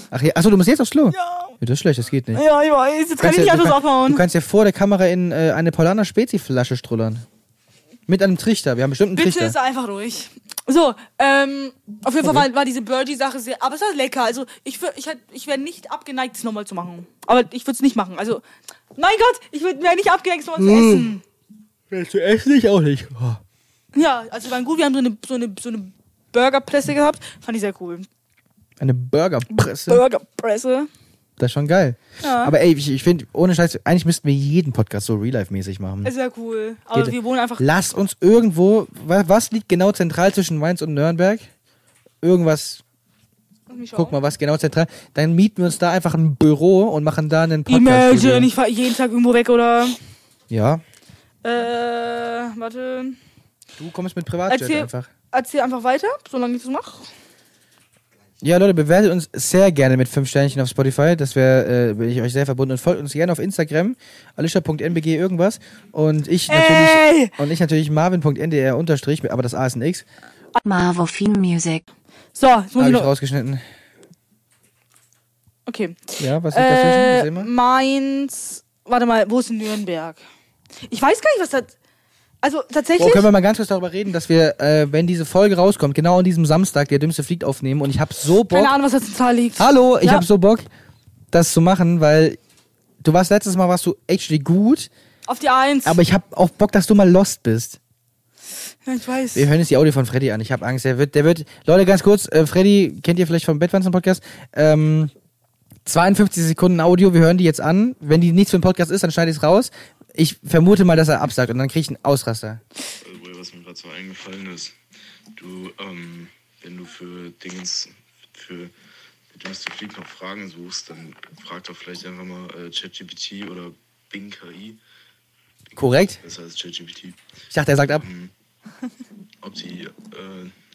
[SPEAKER 2] Ach, ja, achso, du musst jetzt aufs Klo?
[SPEAKER 1] Ja.
[SPEAKER 2] Ja, Das ist schlecht, das geht nicht.
[SPEAKER 1] Ja, ich weiß. Jetzt kann ich
[SPEAKER 2] Kannst
[SPEAKER 1] nicht
[SPEAKER 2] ja-
[SPEAKER 1] alles
[SPEAKER 2] du, kann-
[SPEAKER 1] abhauen.
[SPEAKER 2] du kannst ja vor der Kamera in äh, eine Paulaner Spezi-Flasche strullern. Mit einem Trichter. Wir haben bestimmt einen
[SPEAKER 1] Bitte
[SPEAKER 2] Trichter.
[SPEAKER 1] ist einfach ruhig. So, ähm, auf jeden Fall war, war diese Birdie-Sache sehr, aber es war lecker. Also ich, wür- ich, hätt- ich wäre nicht abgeneigt, es nochmal zu machen. Aber ich würde es nicht machen. Also, mein Gott, ich wäre nicht abgeneigt, es nochmal zu
[SPEAKER 2] Mm.
[SPEAKER 1] essen.
[SPEAKER 2] Willst du essen? Ich auch nicht. Oh.
[SPEAKER 1] Ja, also wir waren gut, wir haben so eine, so eine, so eine Burgerpresse gehabt. Fand ich sehr cool.
[SPEAKER 2] Eine Burgerpresse.
[SPEAKER 1] Burgerpresse.
[SPEAKER 2] Das ist schon geil.
[SPEAKER 1] Ja.
[SPEAKER 2] Aber ey, ich, ich finde, ohne Scheiß, eigentlich müssten wir jeden Podcast so real-life-mäßig machen.
[SPEAKER 1] Ist sehr cool. Aber
[SPEAKER 2] Geht-
[SPEAKER 1] wir wohnen einfach.
[SPEAKER 2] Lass uns irgendwo, wa- was liegt genau zentral zwischen Mainz und Nürnberg? Irgendwas,
[SPEAKER 1] Lass mich
[SPEAKER 2] guck
[SPEAKER 1] schauen.
[SPEAKER 2] mal, was genau zentral. Dann mieten wir uns da einfach ein Büro und machen da einen Podcast.
[SPEAKER 1] Imagine, ich fahre jeden Tag irgendwo weg oder.
[SPEAKER 2] Ja,
[SPEAKER 1] Äh, warte.
[SPEAKER 2] du kommst mit Privatjet
[SPEAKER 1] Erzähl-
[SPEAKER 2] einfach.
[SPEAKER 1] Erzähl einfach weiter, solange ich das mache.
[SPEAKER 2] Ja, Leute, bewertet uns sehr gerne mit 5 Sternchen auf Spotify. Das wäre, äh, bin ich euch sehr verbunden. Und folgt uns gerne auf Instagram, alicia.nbg irgendwas. Und ich natürlich,
[SPEAKER 1] Ey!
[SPEAKER 2] und ich natürlich marvin.ndr unterstrich, aber das A ist ein X.
[SPEAKER 5] Marvofin Music.
[SPEAKER 1] So, jetzt muss
[SPEAKER 2] Habe
[SPEAKER 1] ich
[SPEAKER 2] ich
[SPEAKER 1] noch.
[SPEAKER 2] rausgeschnitten.
[SPEAKER 1] Okay.
[SPEAKER 2] Ja, was liegt dazwischen?
[SPEAKER 1] Äh,
[SPEAKER 2] Sehen wir?
[SPEAKER 1] Mainz. Warte mal, wo ist denn Nürnberg? Ich weiß gar nicht, was das. Also
[SPEAKER 2] Boah,
[SPEAKER 1] tatsächlich.
[SPEAKER 2] Oh, können wir mal ganz kurz darüber reden, dass wir, äh, wenn diese Folge rauskommt, genau an diesem Samstag, der dümmste fliegt, aufnehmen und ich hab so Bock.
[SPEAKER 1] keine Ahnung, was da zentral liegt.
[SPEAKER 2] Hallo, ich
[SPEAKER 1] Ja.
[SPEAKER 2] hab so Bock, das zu machen, weil du warst letztes Mal warst du actually gut,
[SPEAKER 1] Auf die Eins.
[SPEAKER 2] aber ich hab auch Bock, dass du mal lost bist.
[SPEAKER 1] ja, ich weiß.
[SPEAKER 2] Wir hören jetzt die Audio von Freddy an. Ich hab Angst, der wird, der wird. Leute, ganz kurz, äh, Freddy kennt ihr vielleicht vom Bettwanzen Podcast. Ähm, 52 Sekunden Audio, wir hören die jetzt an. Wenn die nichts für den Podcast ist, dann schneide ich es raus. Ich vermute mal, dass er absagt und dann krieg ich einen Ausraster.
[SPEAKER 6] Obwohl, Also, was mir gerade so eingefallen ist, du, ähm, wenn du für Dingens, für der dümmste Flieg noch Fragen suchst, dann frag doch vielleicht einfach mal äh, ChatGPT oder Bing KI,
[SPEAKER 2] Korrekt?
[SPEAKER 6] besser als ChatGPT,
[SPEAKER 2] Ich dachte, er sagt ab.
[SPEAKER 6] ob die, äh,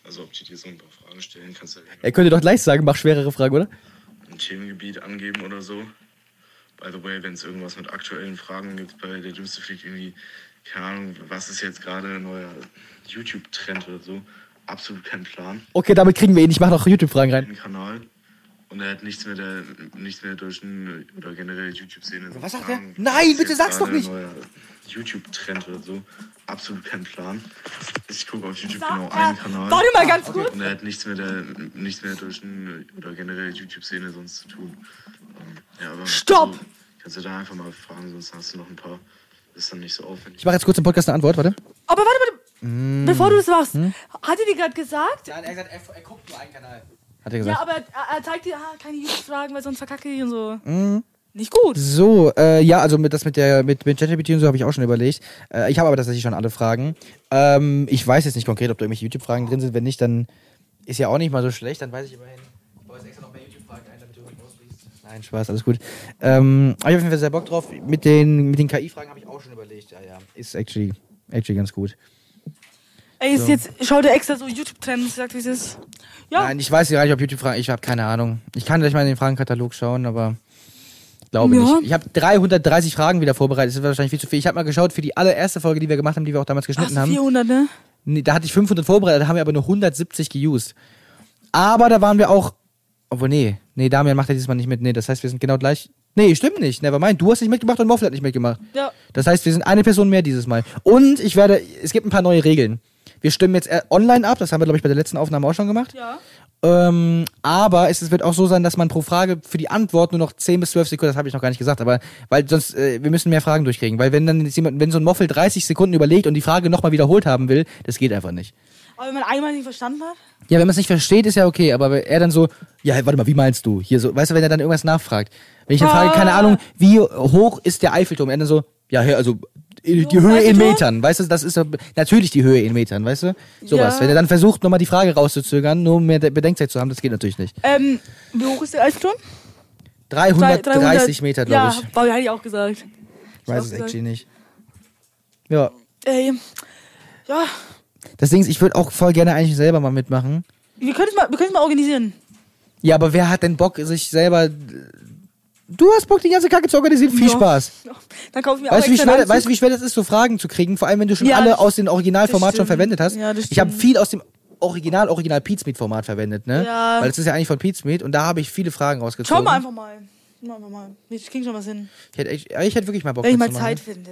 [SPEAKER 6] also ob die dir so ein paar Fragen stellen, kannst du
[SPEAKER 2] Er
[SPEAKER 6] halt
[SPEAKER 2] könnte doch gleich sagen, mach schwerere Fragen, oder?
[SPEAKER 6] ein Themengebiet angeben oder so. By the way, wenn es irgendwas mit aktuellen Fragen gibt bei der dümmste Flieg, irgendwie, keine Ahnung, was ist jetzt gerade ein neuer YouTube-Trend oder so, absolut kein Plan.
[SPEAKER 2] Okay, damit kriegen wir ihn. Ich mache noch YouTube-Fragen rein.
[SPEAKER 6] einen Kanal und er hat nichts mehr der nichts mehr der deutschen oder generell YouTube-Szene.
[SPEAKER 2] Was sagt er? Nein, bitte sag's doch nicht!
[SPEAKER 6] YouTube-Trend oder so. Absolut keinen Plan. Ich gucke auf YouTube
[SPEAKER 1] Sag
[SPEAKER 6] genau
[SPEAKER 1] mal.
[SPEAKER 6] einen Kanal.
[SPEAKER 1] Warte mal ganz kurz.
[SPEAKER 6] Und er hat nichts mehr der nichts mehr der deutschen oder generell YouTube-Szene sonst zu tun. Ähm, ja, aber
[SPEAKER 1] Stopp!
[SPEAKER 6] So, kannst du da einfach mal fragen, sonst hast du noch ein paar. Ist dann nicht so aufwendig.
[SPEAKER 2] Ich mache jetzt kurz im Podcast eine Antwort, warte.
[SPEAKER 1] Aber warte, warte.
[SPEAKER 2] Hm.
[SPEAKER 1] Bevor du das machst, hat er dir gerade gesagt?
[SPEAKER 2] er hat gesagt, er, guckt nur einen Kanal. Hat er
[SPEAKER 1] Ja,
[SPEAKER 2] gesagt.
[SPEAKER 1] aber er, er zeigt dir ah, keine YouTube-Fragen, weil sonst verkacke ich und so. Nicht gut.
[SPEAKER 2] Hm. So, äh, ja, also mit, das mit der mit, mit ChatGPT und so habe ich auch schon überlegt. Äh, ich habe aber tatsächlich schon alle Fragen. Ähm, ich weiß jetzt nicht konkret, ob da irgendwelche YouTube-Fragen drin sind. Wenn nicht, dann ist ja auch nicht mal so schlecht. Dann weiß ich immerhin. Ich baue jetzt extra noch mehr YouTube-Fragen ein, damit du nicht ausliest. Nein, Spaß, alles gut. Ähm, aber ich habe auf jeden Fall sehr Bock drauf. Mit den, mit den KI-Fragen habe ich auch schon überlegt. Ja, ja. Ist actually, actually ganz gut.
[SPEAKER 1] Ey, ist
[SPEAKER 2] So.
[SPEAKER 1] jetzt, schaut er extra so YouTube-Trends, sagt, wie es ist. Ja,
[SPEAKER 2] Nein, ich weiß gar nicht, ob YouTube Fragen. Ich habe keine Ahnung. Ich kann gleich mal in den Fragenkatalog schauen, aber glaube
[SPEAKER 1] Ja.
[SPEAKER 2] nicht. Ich habe 330 Fragen wieder vorbereitet. Das ist wahrscheinlich viel zu viel. Ich habe mal geschaut für die allererste Folge, die wir gemacht haben, die wir auch damals
[SPEAKER 1] Ach,
[SPEAKER 2] geschnitten haben.
[SPEAKER 1] 400, ne?
[SPEAKER 2] Nee, da hatte ich 500 vorbereitet, da haben wir aber nur 170 geused. Aber da waren wir auch. Obwohl, nee. Nee, Damian macht ja dieses Mal nicht mit. Nee, das heißt, wir sind genau gleich. Nee, stimmt nicht. Nevermind. Du hast nicht mitgemacht und Moffel hat nicht mitgemacht.
[SPEAKER 1] Ja.
[SPEAKER 2] Das heißt, wir sind eine Person mehr dieses Mal. Und ich werde. Es gibt ein paar neue Regeln. Wir stimmen jetzt äh, online ab. Das haben wir, glaube ich, bei der letzten Aufnahme auch schon gemacht.
[SPEAKER 1] Ja.
[SPEAKER 2] Ähm, aber es, es wird auch so sein, dass man pro Frage für die Antwort nur noch 10 bis 12 Sekunden, das habe ich noch gar nicht gesagt, aber weil sonst, äh, wir müssen mehr Fragen durchkriegen. Weil wenn dann jetzt jemand, wenn so ein Moffel 30 Sekunden überlegt und die Frage nochmal wiederholt haben will, das geht einfach nicht.
[SPEAKER 1] Aber wenn man einmal nicht verstanden hat,
[SPEAKER 2] Ja, wenn man es nicht versteht, ist ja okay, aber wenn er dann so, ja, warte mal, wie meinst du? Hier so, weißt du, wenn er dann irgendwas nachfragt. Wenn ich dann frage, keine
[SPEAKER 1] Ah.
[SPEAKER 2] Ahnung, wie hoch ist der Eiffelturm? Er dann so, ja, hey, also die
[SPEAKER 1] Ja,
[SPEAKER 2] Höhe in
[SPEAKER 1] Eiffelturm?
[SPEAKER 2] Metern, weißt du, das ist doch- natürlich die Höhe in Metern, weißt du? Sowas.
[SPEAKER 1] Ja.
[SPEAKER 2] Wenn er dann versucht, nochmal die Frage rauszuzögern, nur um mehr Bedenkzeit zu haben, das geht natürlich nicht.
[SPEAKER 1] ähm, wie hoch ist der Eiffelturm?
[SPEAKER 2] 330
[SPEAKER 1] Drei- 300
[SPEAKER 2] Meter, glaube
[SPEAKER 1] Ja, war, hätte ich auch gesagt.
[SPEAKER 2] ich. Weiß
[SPEAKER 1] auch
[SPEAKER 2] es
[SPEAKER 1] gesagt.
[SPEAKER 2] actually nicht. Ja.
[SPEAKER 1] Ey, ja,
[SPEAKER 2] Das Ding ist, ich würde auch voll gerne eigentlich selber mal mitmachen.
[SPEAKER 1] wir können es mal, wir können es mal organisieren.
[SPEAKER 2] Ja, aber wer hat denn Bock, sich selber. Du hast Bock, die ganze Kacke zu organisieren. Viel
[SPEAKER 1] Ja.
[SPEAKER 2] Spaß.
[SPEAKER 1] Dann kaufen wir
[SPEAKER 2] Weißt
[SPEAKER 1] auch
[SPEAKER 2] du, wie
[SPEAKER 1] extra
[SPEAKER 2] schwer,
[SPEAKER 1] einen
[SPEAKER 2] weißt du,
[SPEAKER 1] Anzug.
[SPEAKER 2] wie schwer das ist, so Fragen zu kriegen? Vor allem, wenn du schon
[SPEAKER 1] Ja,
[SPEAKER 2] alle
[SPEAKER 1] das-
[SPEAKER 2] aus dem Originalformat
[SPEAKER 1] das
[SPEAKER 2] schon
[SPEAKER 1] stimmt.
[SPEAKER 2] verwendet hast.
[SPEAKER 1] Ja, das
[SPEAKER 2] ich habe
[SPEAKER 1] stimmt.
[SPEAKER 2] viel aus dem Original, Original Pete's Meat Format verwendet, ne?
[SPEAKER 1] Ja.
[SPEAKER 2] Weil das ist ja eigentlich von Pete's Meat und da habe ich viele Fragen rausgezogen.
[SPEAKER 1] Schauen wir einfach mal. Machen wir mal. Ich krieg schon was hin.
[SPEAKER 2] Ich hätte, echt- ich hätte wirklich mal Bock
[SPEAKER 1] Wenn ich mal
[SPEAKER 2] mitzumachen.
[SPEAKER 1] Zeit finde.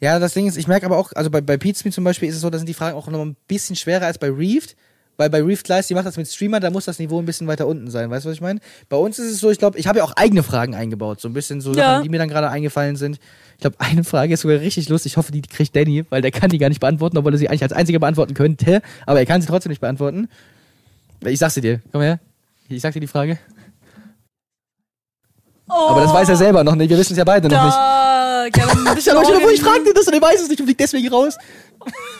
[SPEAKER 2] Ja, das Ding ist, ich merke aber auch, also bei, bei Pete Smith zum Beispiel ist es so, da sind die Fragen auch noch ein bisschen schwerer als bei Reefed, weil bei Reefed Lies, die macht das mit Streamer, da muss das Niveau ein bisschen weiter unten sein, weißt du, was ich meine? Bei uns ist es so, ich glaube, ich habe ja auch eigene Fragen eingebaut, so ein bisschen so
[SPEAKER 1] Ja.
[SPEAKER 2] Sachen, die mir dann gerade eingefallen sind. Ich glaube, eine Frage ist sogar richtig lustig, ich hoffe, die kriegt Danny, weil der kann die gar nicht beantworten, obwohl er sie eigentlich als einziger beantworten könnte, aber er kann sie trotzdem nicht beantworten. Ich sag sie dir, komm her, ich sag dir die Frage.
[SPEAKER 1] Oh,
[SPEAKER 2] Aber das weiß er selber noch nicht, wir wissen es ja beide noch nicht.
[SPEAKER 1] Da,
[SPEAKER 2] Ich, hab euch schon- ich fragte das und er weiß es nicht und fliegt deswegen raus.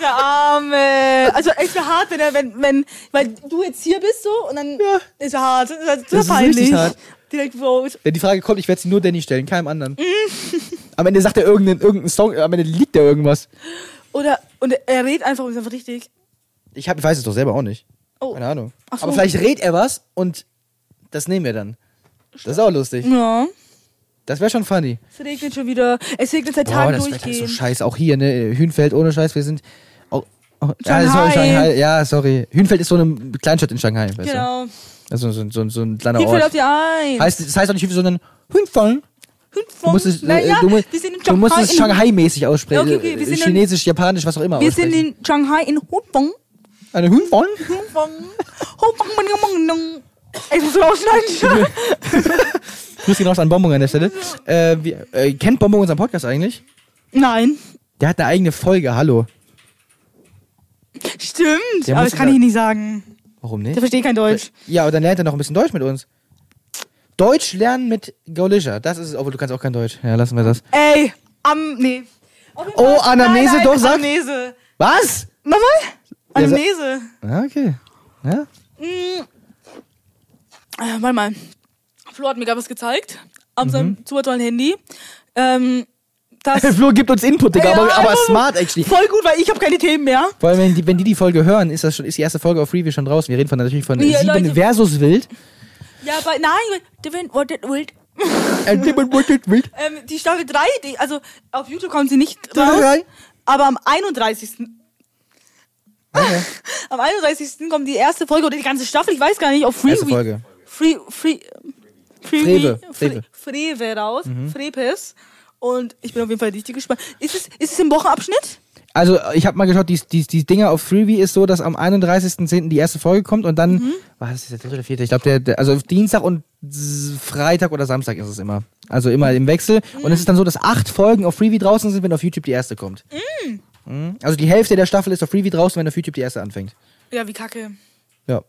[SPEAKER 1] Der Arme. Also echt wäre hart, wenn er, wenn, wenn, weil du jetzt hier bist so und dann
[SPEAKER 2] Ja.
[SPEAKER 1] ist er hart. Das ist, halt
[SPEAKER 2] Das ist
[SPEAKER 1] so peinlich.
[SPEAKER 2] richtig hart.
[SPEAKER 1] Direkt Vote.
[SPEAKER 2] Wenn die Frage kommt, ich werde sie nur Danny stellen, keinem anderen.
[SPEAKER 1] (laughs)
[SPEAKER 2] am Ende sagt er irgendeinen irgendeinen Song, am Ende liegt er irgendwas.
[SPEAKER 1] Oder, und er redet einfach und ist einfach richtig.
[SPEAKER 2] Ich, hab, ich weiß es doch selber auch nicht.
[SPEAKER 1] Oh.
[SPEAKER 2] Keine Ahnung.
[SPEAKER 1] Ach so.
[SPEAKER 2] Aber vielleicht redet er was und das nehmen wir dann. Das ist auch lustig.
[SPEAKER 1] Ja.
[SPEAKER 2] Das wäre schon funny.
[SPEAKER 1] Es regnet schon wieder. Es regnet seit
[SPEAKER 2] Boah,
[SPEAKER 1] Tagen
[SPEAKER 2] das Wetter ist so
[SPEAKER 1] durchgehend.
[SPEAKER 2] scheiße. Auch hier, ne? Hühnfeld ohne Scheiß. Wir sind. Auch, auch, Ja, sorry,
[SPEAKER 1] Shanghai.
[SPEAKER 2] Shanghai. Ja, sorry. Hühnfeld ist so eine Kleinstadt in Shanghai. Weißt du?
[SPEAKER 1] genau.
[SPEAKER 2] Also so, so, so ein kleiner
[SPEAKER 1] Hier fällt auf
[SPEAKER 2] Ort.
[SPEAKER 1] die ein.
[SPEAKER 2] Heißt, das heißt auch nicht Hühnfeld, sondern Hühnfeld. Halt, Du musst es, äh,
[SPEAKER 1] naja,
[SPEAKER 2] du, mu-
[SPEAKER 1] wir sind in Shanghai.
[SPEAKER 2] du musst es
[SPEAKER 1] in-
[SPEAKER 2] Shanghai-mäßig aussprechen.
[SPEAKER 1] Okay, okay, wir sind in-
[SPEAKER 2] Chinesisch, Japanisch, was auch immer.
[SPEAKER 1] Wir sind
[SPEAKER 2] aussprechen.
[SPEAKER 1] in Shanghai in Hongkong.
[SPEAKER 2] Eine Hühnfond?
[SPEAKER 1] Hongkong. Hongkong, Hongkong, Hongkong. Ey, das muss rausschneiden.
[SPEAKER 2] Grüß dich raus an Bonbon an der Stelle. Äh, wir, äh, kennt Bonbon unseren Podcast eigentlich?
[SPEAKER 1] (laughs) Nein.
[SPEAKER 2] Der hat eine eigene Folge, hallo.
[SPEAKER 1] Stimmt.
[SPEAKER 2] Der
[SPEAKER 1] Aber
[SPEAKER 2] muss
[SPEAKER 1] das kann
[SPEAKER 2] ja-
[SPEAKER 1] ich nicht sagen.
[SPEAKER 2] Warum
[SPEAKER 1] Der
[SPEAKER 2] nicht?
[SPEAKER 1] versteht kein Deutsch.
[SPEAKER 2] Ja, aber dann lernt er noch ein bisschen Deutsch mit uns. Deutsch lernen mit Gaulischer. Das ist es, obwohl du kannst auch kein Deutsch. Ja, lassen wir das.
[SPEAKER 1] Ey, am. Nee. Auf jeden
[SPEAKER 2] Äh. Oh,
[SPEAKER 1] Fall-
[SPEAKER 2] Anamnese,
[SPEAKER 1] nein, nein,
[SPEAKER 2] doch, sag.
[SPEAKER 1] Anamnese.
[SPEAKER 2] Was?
[SPEAKER 1] Nochmal?
[SPEAKER 2] Ja, sag-
[SPEAKER 1] Anamnese.
[SPEAKER 2] Ja, okay. Ja? (laughs)
[SPEAKER 1] Äh, warte mal. Flo hat mir gerade was gezeigt. Auf
[SPEAKER 2] Mhm.
[SPEAKER 1] seinem super tollen Handy. Ähm, das
[SPEAKER 2] (laughs) Flo gibt uns Input, Digga,
[SPEAKER 1] Ja,
[SPEAKER 2] aber, aber
[SPEAKER 1] einfach-
[SPEAKER 2] smart actually.
[SPEAKER 1] voll gut, weil ich habe keine Themen mehr.
[SPEAKER 2] Vor allem, wenn die, wenn die die Folge hören, ist das schon, ist die erste Folge auf Freeview schon draußen. Wir reden von natürlich von
[SPEAKER 1] Ja,
[SPEAKER 2] Sieben
[SPEAKER 1] Leute. (laughs)
[SPEAKER 2] versus Wild.
[SPEAKER 1] Ja, bei, nein, Devin, what it wild.
[SPEAKER 2] And Demon Wicked Äh, Wild.
[SPEAKER 1] Ähm, die Staffel 3, die, also auf YouTube kommt sie nicht raus,
[SPEAKER 2] Drei.
[SPEAKER 1] aber am 31.
[SPEAKER 2] Okay.
[SPEAKER 1] (laughs) Am 31. kommt die erste Folge oder die ganze Staffel, ich weiß gar nicht, auf Free
[SPEAKER 2] Erste Folge.
[SPEAKER 1] Free, Free, Free,
[SPEAKER 2] Freve,
[SPEAKER 1] Free,
[SPEAKER 2] Freve.
[SPEAKER 1] Freve raus,
[SPEAKER 2] Mhm.
[SPEAKER 1] Frepes. Und ich bin auf jeden Fall richtig gespannt. Ist es, ist es im Wochenabschnitt?
[SPEAKER 2] Also, ich habe mal geschaut, die, die, die Dinger auf Freebie ist so, dass am 31.10. die erste Folge kommt und dann, was ist der dritte oder vierte? Ich glaube, der, der, also auf Dienstag und S- Freitag oder Samstag ist es immer. Also immer im Wechsel. Und es ist dann so, dass acht Folgen auf Freebie draußen sind, wenn auf YouTube die erste kommt. Mhm. Also die Hälfte der Staffel ist auf Freebie draußen, wenn auf YouTube die erste anfängt.
[SPEAKER 1] Ja, wie kacke.
[SPEAKER 2] Ja.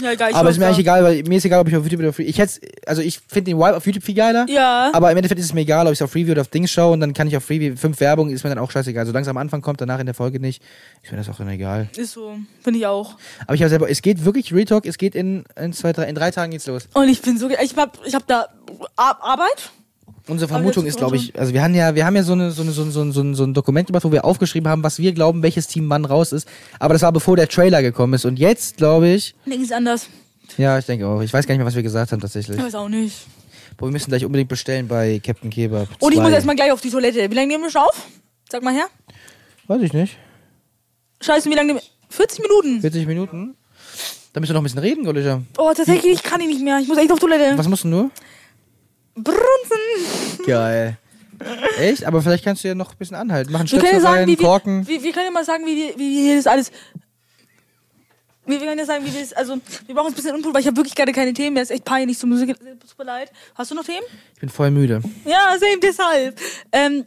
[SPEAKER 1] Ja, egal. ich
[SPEAKER 2] aber
[SPEAKER 1] weiß
[SPEAKER 2] ist mir
[SPEAKER 1] ja.
[SPEAKER 2] eigentlich egal, weil mir ist egal, ob ich auf YouTube oder auf Freeview. Ich hätt's, also ich finde den Vibe auf YouTube viel geiler.
[SPEAKER 1] Ja.
[SPEAKER 2] Aber im Endeffekt ist es mir egal, ob ich es auf Freeview oder auf Dings schaue und dann kann ich auf Freeview fünf Werbung, ist mir dann auch scheißegal. Solange es am Anfang kommt, danach in der Folge nicht, ist mir das auch dann egal.
[SPEAKER 1] Ist so, finde ich auch.
[SPEAKER 2] Aber ich habe selber, es geht wirklich Real Talk, es geht in, in zwei, drei, in drei Tagen geht's los.
[SPEAKER 1] Und ich bin so, ge- ich hab, ich hab da Ar- Arbeit.
[SPEAKER 2] Unsere Vermutung
[SPEAKER 1] Aber jetzt
[SPEAKER 2] ist, glaube ich, also wir haben ja, wir haben ja so, eine, so, eine, so, ein- so, ein- so, ein- so ein Dokument gemacht, wo wir aufgeschrieben haben, was wir glauben, welches Team wann raus ist. Aber das war bevor der Trailer gekommen ist. Und jetzt, glaube ich,
[SPEAKER 1] Links anders.
[SPEAKER 2] ja, ich denke auch. Ich weiß gar nicht mehr, was wir gesagt haben tatsächlich.
[SPEAKER 1] Ich weiß auch nicht.
[SPEAKER 2] Boah, wir müssen gleich unbedingt bestellen bei Captain Kebab.
[SPEAKER 1] Und ich
[SPEAKER 2] zwei.
[SPEAKER 1] muss erstmal gleich auf Oh, die Toilette. Wie lange nehmen wir schon auf? Sag mal her.
[SPEAKER 2] Weiß ich nicht.
[SPEAKER 1] Scheiße, wie lange nehmen wir? 40 Minuten.
[SPEAKER 2] 40 Minuten? Da müssen wir noch ein bisschen reden, Gollischer.
[SPEAKER 1] Oh, tatsächlich kann ich nicht mehr. Ich muss echt auf Toilette.
[SPEAKER 2] Was musst du nur?
[SPEAKER 1] Brunzen.
[SPEAKER 2] Geil. Echt? Aber vielleicht kannst du ja noch ein bisschen anhalten. Machen
[SPEAKER 1] Wir können ja
[SPEAKER 2] Stöpsel
[SPEAKER 1] sagen,
[SPEAKER 2] rein,
[SPEAKER 1] wie wir,
[SPEAKER 2] Korken.
[SPEAKER 1] wir, wir können ja mal sagen, wie wir, wie wir hier das alles. Wir, wir können ja sagen, wie wir es. Also, wir brauchen ein bisschen Input, weil ich habe wirklich gerade keine Themen mehr. Ist echt peinlich zur Musik. Super leid. Hast du noch Themen?
[SPEAKER 2] Ich bin voll müde.
[SPEAKER 1] Ja, same deshalb. Ähm,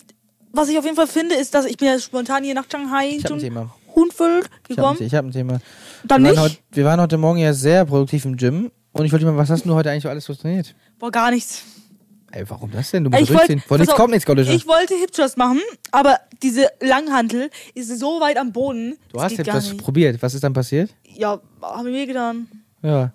[SPEAKER 1] was ich auf jeden Fall finde, ist, dass ich bin ja spontan hier nach Shanghai
[SPEAKER 2] Ich hab ein Thema.
[SPEAKER 1] Hunfeld
[SPEAKER 2] Ich habe ein,
[SPEAKER 1] gekommen.
[SPEAKER 2] The- ich hab ein Thema.
[SPEAKER 1] Dann
[SPEAKER 2] wir,
[SPEAKER 1] nicht?
[SPEAKER 2] Waren heute, wir waren heute Morgen ja sehr produktiv im Gym. Und ich wollte mal, was hast du heute eigentlich so alles so trainiert?
[SPEAKER 1] Boah, gar nichts.
[SPEAKER 2] Ey, warum das denn? Du
[SPEAKER 1] Ey,
[SPEAKER 2] musst
[SPEAKER 1] wollt-
[SPEAKER 2] durchziehen. Von
[SPEAKER 1] pass
[SPEAKER 2] nichts
[SPEAKER 1] auf,
[SPEAKER 2] kommt nichts, Gollischer.
[SPEAKER 1] Ich wollte Hip-Thrust machen, aber diese Langhantel ist so weit am Boden.
[SPEAKER 2] Du
[SPEAKER 1] das
[SPEAKER 2] hast
[SPEAKER 1] geht
[SPEAKER 2] jetzt
[SPEAKER 1] gar
[SPEAKER 2] was
[SPEAKER 1] nicht.
[SPEAKER 2] probiert. Was ist dann passiert?
[SPEAKER 1] Ja, haben wir getan.
[SPEAKER 2] Ja,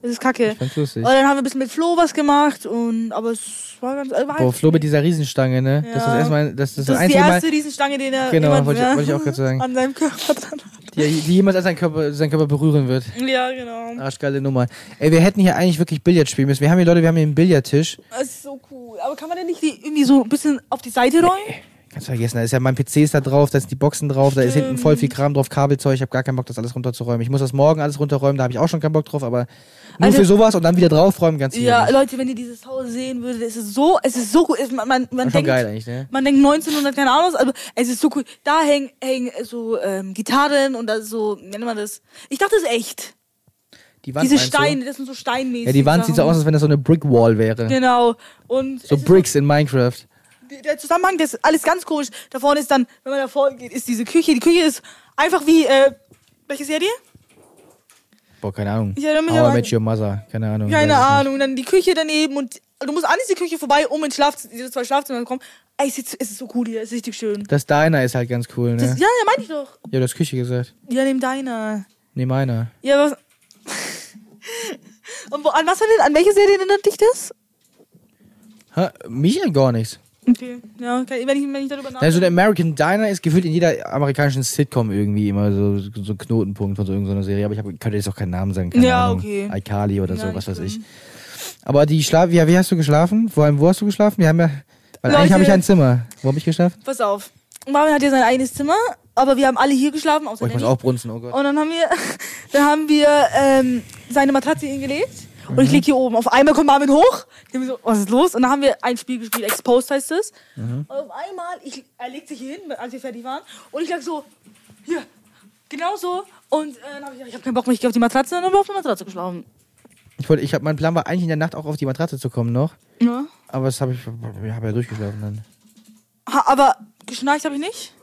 [SPEAKER 1] Das ist kacke.
[SPEAKER 2] ganz lustig.
[SPEAKER 1] Und dann haben wir ein bisschen mit Flo was gemacht und aber es war ganz äh, war
[SPEAKER 2] Boah,
[SPEAKER 1] halt-
[SPEAKER 2] Flo mit dieser Riesenstange, ne? Das ist das
[SPEAKER 1] Ja.
[SPEAKER 2] erstmal, das ist das,
[SPEAKER 1] das ist die
[SPEAKER 2] einzige Mal,
[SPEAKER 1] erste Riesenstange, den er
[SPEAKER 2] Genau,
[SPEAKER 1] jemand
[SPEAKER 2] wollte ich- wollte ich auch grad
[SPEAKER 1] (laughs)
[SPEAKER 2] sagen.
[SPEAKER 1] an seinem Körper dran hat.
[SPEAKER 2] die, die jemals an seinen Körper, seinen Körper berühren wird.
[SPEAKER 1] Ja, genau.
[SPEAKER 2] Arschgeile Nummer. Ey, wir hätten hier eigentlich wirklich Billard spielen müssen. Wir haben hier, Leute, wir haben hier einen Billardtisch.
[SPEAKER 1] Das ist so cool. Aber kann man denn nicht die irgendwie so ein bisschen auf die Seite rollen?
[SPEAKER 2] Kannst vergessen, da ist ja mein PC ist da drauf, da sind die Boxen drauf, da ist hinten voll viel Kram drauf, Kabelzeug. Ich habe gar keinen Bock, das alles runterzuräumen. Ich muss das morgen alles runterräumen, da habe ich auch schon keinen Bock drauf, aber nur
[SPEAKER 1] Also-
[SPEAKER 2] für sowas und dann wieder draufräumen, ganz
[SPEAKER 1] Ja, also
[SPEAKER 2] ehrlich.
[SPEAKER 1] Leute, wenn ihr dieses Haus sehen würdet, es ist so, es ist so cool. Es, man, man, man
[SPEAKER 2] Schon
[SPEAKER 1] denkt,
[SPEAKER 2] geil eigentlich, ne?
[SPEAKER 1] man denkt 1900, keine Ahnung, aber es ist so cool. Da hängen hängen so ähm, Gitarren und da so, wie nennt man das? Ich dachte, das ist echt.
[SPEAKER 2] Die Wand
[SPEAKER 1] Diese
[SPEAKER 2] meinst du?
[SPEAKER 1] Steine, das sind so steinmäßig.
[SPEAKER 2] Ja, die Wand sieht so aus, als wenn das so eine Brick Wall wäre.
[SPEAKER 1] Genau. Und
[SPEAKER 2] So
[SPEAKER 1] es ist
[SPEAKER 2] Bricks in Minecraft.
[SPEAKER 1] D- der Zusammenhang, das ist alles ganz komisch. Da vorne ist dann, wenn man da vorne geht, ist diese Küche. Die Küche ist einfach wie, äh, welche Serie?
[SPEAKER 2] Boah, keine Ahnung.
[SPEAKER 1] Ich erinnere mich
[SPEAKER 2] How
[SPEAKER 1] aber
[SPEAKER 2] I
[SPEAKER 1] an-
[SPEAKER 2] Met Your Mother. Keine Ahnung.
[SPEAKER 1] Keine
[SPEAKER 2] weiß ich nicht.
[SPEAKER 1] Ahnung. Dann die Küche daneben und du musst an diese Küche vorbei, um ins Schlafzimmer, diese zwei Schlafzimmer zu kommen. Ey, es ist, es ist so cool hier, es ist richtig schön.
[SPEAKER 2] Das Deiner ist halt ganz cool, ne?
[SPEAKER 1] Das, ja, ja, meine ich doch.
[SPEAKER 2] ja, du hast Küche gesagt.
[SPEAKER 1] Ja, nimm deiner.
[SPEAKER 2] Nee, meiner.
[SPEAKER 1] Ja, was. (laughs) Und wo, an was denn, an welche Serie erinnert dich das?
[SPEAKER 2] Ha, mich ja gar nichts.
[SPEAKER 1] Okay, ja, okay. Wenn, ich, wenn ich darüber nachdenke.
[SPEAKER 2] Also der American Diner ist gefühlt in jeder amerikanischen Sitcom irgendwie immer so, so ein Knotenpunkt von so irgendeiner Serie. Aber ich hab, könnte jetzt auch keinen Namen sagen. Keine
[SPEAKER 1] Ja,
[SPEAKER 2] Ahnung.
[SPEAKER 1] okay.
[SPEAKER 2] Aikali oder so,
[SPEAKER 1] Ja,
[SPEAKER 2] was
[SPEAKER 1] nicht
[SPEAKER 2] weiß ich.
[SPEAKER 1] schlimm.
[SPEAKER 2] Aber die Schlaf... Ja, wie hast du geschlafen? Vor allem, wo hast du geschlafen? Wir haben ja... Weil eigentlich
[SPEAKER 1] Leute.
[SPEAKER 2] habe ich ein Zimmer. Wo habe ich geschlafen?
[SPEAKER 1] Pass auf. Marvin hat ja sein eigenes Zimmer, aber wir haben alle hier geschlafen, außer
[SPEAKER 2] Oh, ich muss
[SPEAKER 1] Danny.
[SPEAKER 2] auch brunzen, oh Gott.
[SPEAKER 1] Und dann haben wir, (laughs) dann haben wir ähm, seine Matratze hingelegt und
[SPEAKER 2] Mhm.
[SPEAKER 1] ich lieg hier oben. Auf einmal kommt Marvin hoch. Ich denk mir so, was ist los? Und dann haben wir ein Spiel gespielt, Exposed heißt es.
[SPEAKER 2] Mhm.
[SPEAKER 1] Und auf einmal, ich, er legt sich hier hin, als wir fertig waren. Und ich lag so, hier, genau so. Und äh, dann habe ich gesagt, ich habe keinen Bock mehr, ich gehe auf die Matratze. Und dann haben wir auf der Matratze geschlafen.
[SPEAKER 2] Ich wollte, ich hab, mein Plan war eigentlich in der Nacht auch auf die Matratze zu kommen noch.
[SPEAKER 1] Ja.
[SPEAKER 2] Aber das habe ich... Ich habe ja durchgeschlafen dann.
[SPEAKER 1] Ha, aber geschnarcht habe ich nicht.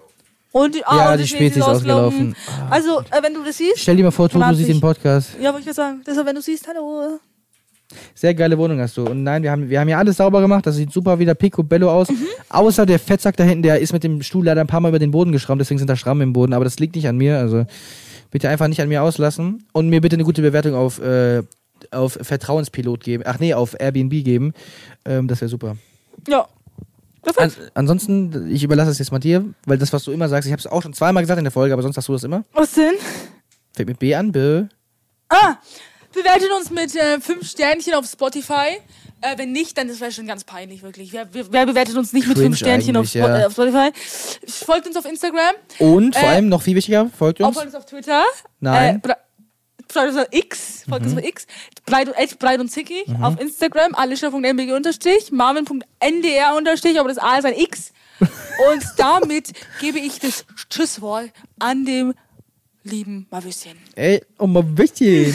[SPEAKER 1] Und die, ah,
[SPEAKER 2] Ja,
[SPEAKER 1] und
[SPEAKER 2] die
[SPEAKER 1] das Schnee
[SPEAKER 2] Spezi ist ausgelaufen. Ah.
[SPEAKER 1] Also, äh, wenn du das siehst,
[SPEAKER 2] Stell dir mal vor, Togo
[SPEAKER 1] Knallhart
[SPEAKER 2] sieht den
[SPEAKER 1] sich.
[SPEAKER 2] Podcast.
[SPEAKER 1] ja, wollte ich gerade sagen, deshalb, wenn du siehst, hallo.
[SPEAKER 2] Sehr geile Wohnung hast du. Und nein, wir haben, wir haben hier alles sauber gemacht. Das sieht super wieder picobello aus. Außer der Fettsack da hinten, der ist mit dem Stuhl leider ein paar Mal über den Boden geschrammt. Deswegen sind da Schrammen im Boden. Aber das liegt nicht an mir. Also bitte einfach nicht an mir auslassen. Und mir bitte eine gute Bewertung auf, äh, auf Vertrauenspilot geben. Ach nee, auf Airbnb geben. Ähm, das wäre super.
[SPEAKER 1] Ja. Perfekt.
[SPEAKER 2] An ansonsten, ich überlasse es jetzt mal dir, weil das, was du immer sagst, ich habe es auch schon zweimal gesagt in der Folge, aber sonst hast du das immer.
[SPEAKER 1] Was denn?
[SPEAKER 2] Fängt mit B an, B.
[SPEAKER 1] Ah, bewertet uns mit äh, fünf Sternchen auf Spotify. Äh, wenn nicht, dann ist das schon ganz peinlich, wirklich. Wer, wer, wer bewertet uns nicht mit
[SPEAKER 2] Cringe
[SPEAKER 1] fünf Sternchen auf,
[SPEAKER 2] eigentlich,
[SPEAKER 1] Spo
[SPEAKER 2] ja.
[SPEAKER 1] äh, auf Spotify? Folgt uns auf Instagram,
[SPEAKER 2] Und vor
[SPEAKER 1] Äh,
[SPEAKER 2] allem noch viel wichtiger, folgt
[SPEAKER 1] auch
[SPEAKER 2] uns.
[SPEAKER 1] folgt uns auf Twitter.
[SPEAKER 2] Nein. Mhm.
[SPEAKER 1] Äh, bre- Schreibt uns auf X, folgt uns auf X, breit, at breit und zickig, auf Instagram, alicia.mbg unterstrich, marvin.ndr unterstrich, aber das A ist ein
[SPEAKER 2] (laughs)
[SPEAKER 1] X. Und damit gebe ich das Tschüsswort an dem lieben Marvüsschen.
[SPEAKER 2] Ey, oh mal Wichtchen.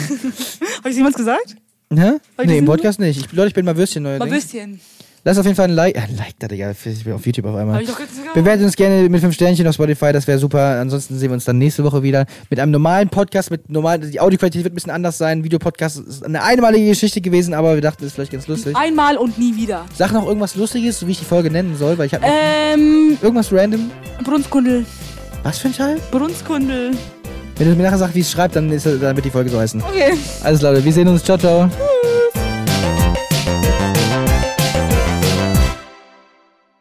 [SPEAKER 1] Habe ich jemals gesagt?
[SPEAKER 2] Hä?
[SPEAKER 1] Weil die
[SPEAKER 2] Nee,
[SPEAKER 1] sind-
[SPEAKER 2] im Podcast nicht. Ich, Leute, ich bin mal Würstchen neuerdings.
[SPEAKER 1] Marvüsschen.
[SPEAKER 2] Lass auf jeden Fall ein Like. Äh, like da, Digga. Ich bin auf YouTube auf
[SPEAKER 1] Hab
[SPEAKER 2] einmal.
[SPEAKER 1] ich doch gerade gesagt.
[SPEAKER 2] Bewertet uns gerne mit 5 Sternchen auf Spotify, das wäre super. Ansonsten sehen wir uns dann nächste Woche wieder mit einem normalen Podcast. Mit normalen, die Audioqualität wird ein bisschen anders sein. Videopodcast ist eine einmalige Geschichte gewesen, aber wir dachten, das ist vielleicht ganz lustig.
[SPEAKER 1] Einmal und nie wieder.
[SPEAKER 2] Sag noch irgendwas Lustiges, so wie ich die Folge nennen soll, weil ich habe
[SPEAKER 1] Ähm,
[SPEAKER 2] irgendwas random.
[SPEAKER 1] Brunskundel.
[SPEAKER 2] Was für ein Teil?
[SPEAKER 1] Brunskundel.
[SPEAKER 2] Wenn du mir nachher sagst, wie es schreibt, dann, ist, dann wird die Folge so heißen.
[SPEAKER 1] Okay.
[SPEAKER 2] Alles Leute, wir sehen uns. Ciao, ciao.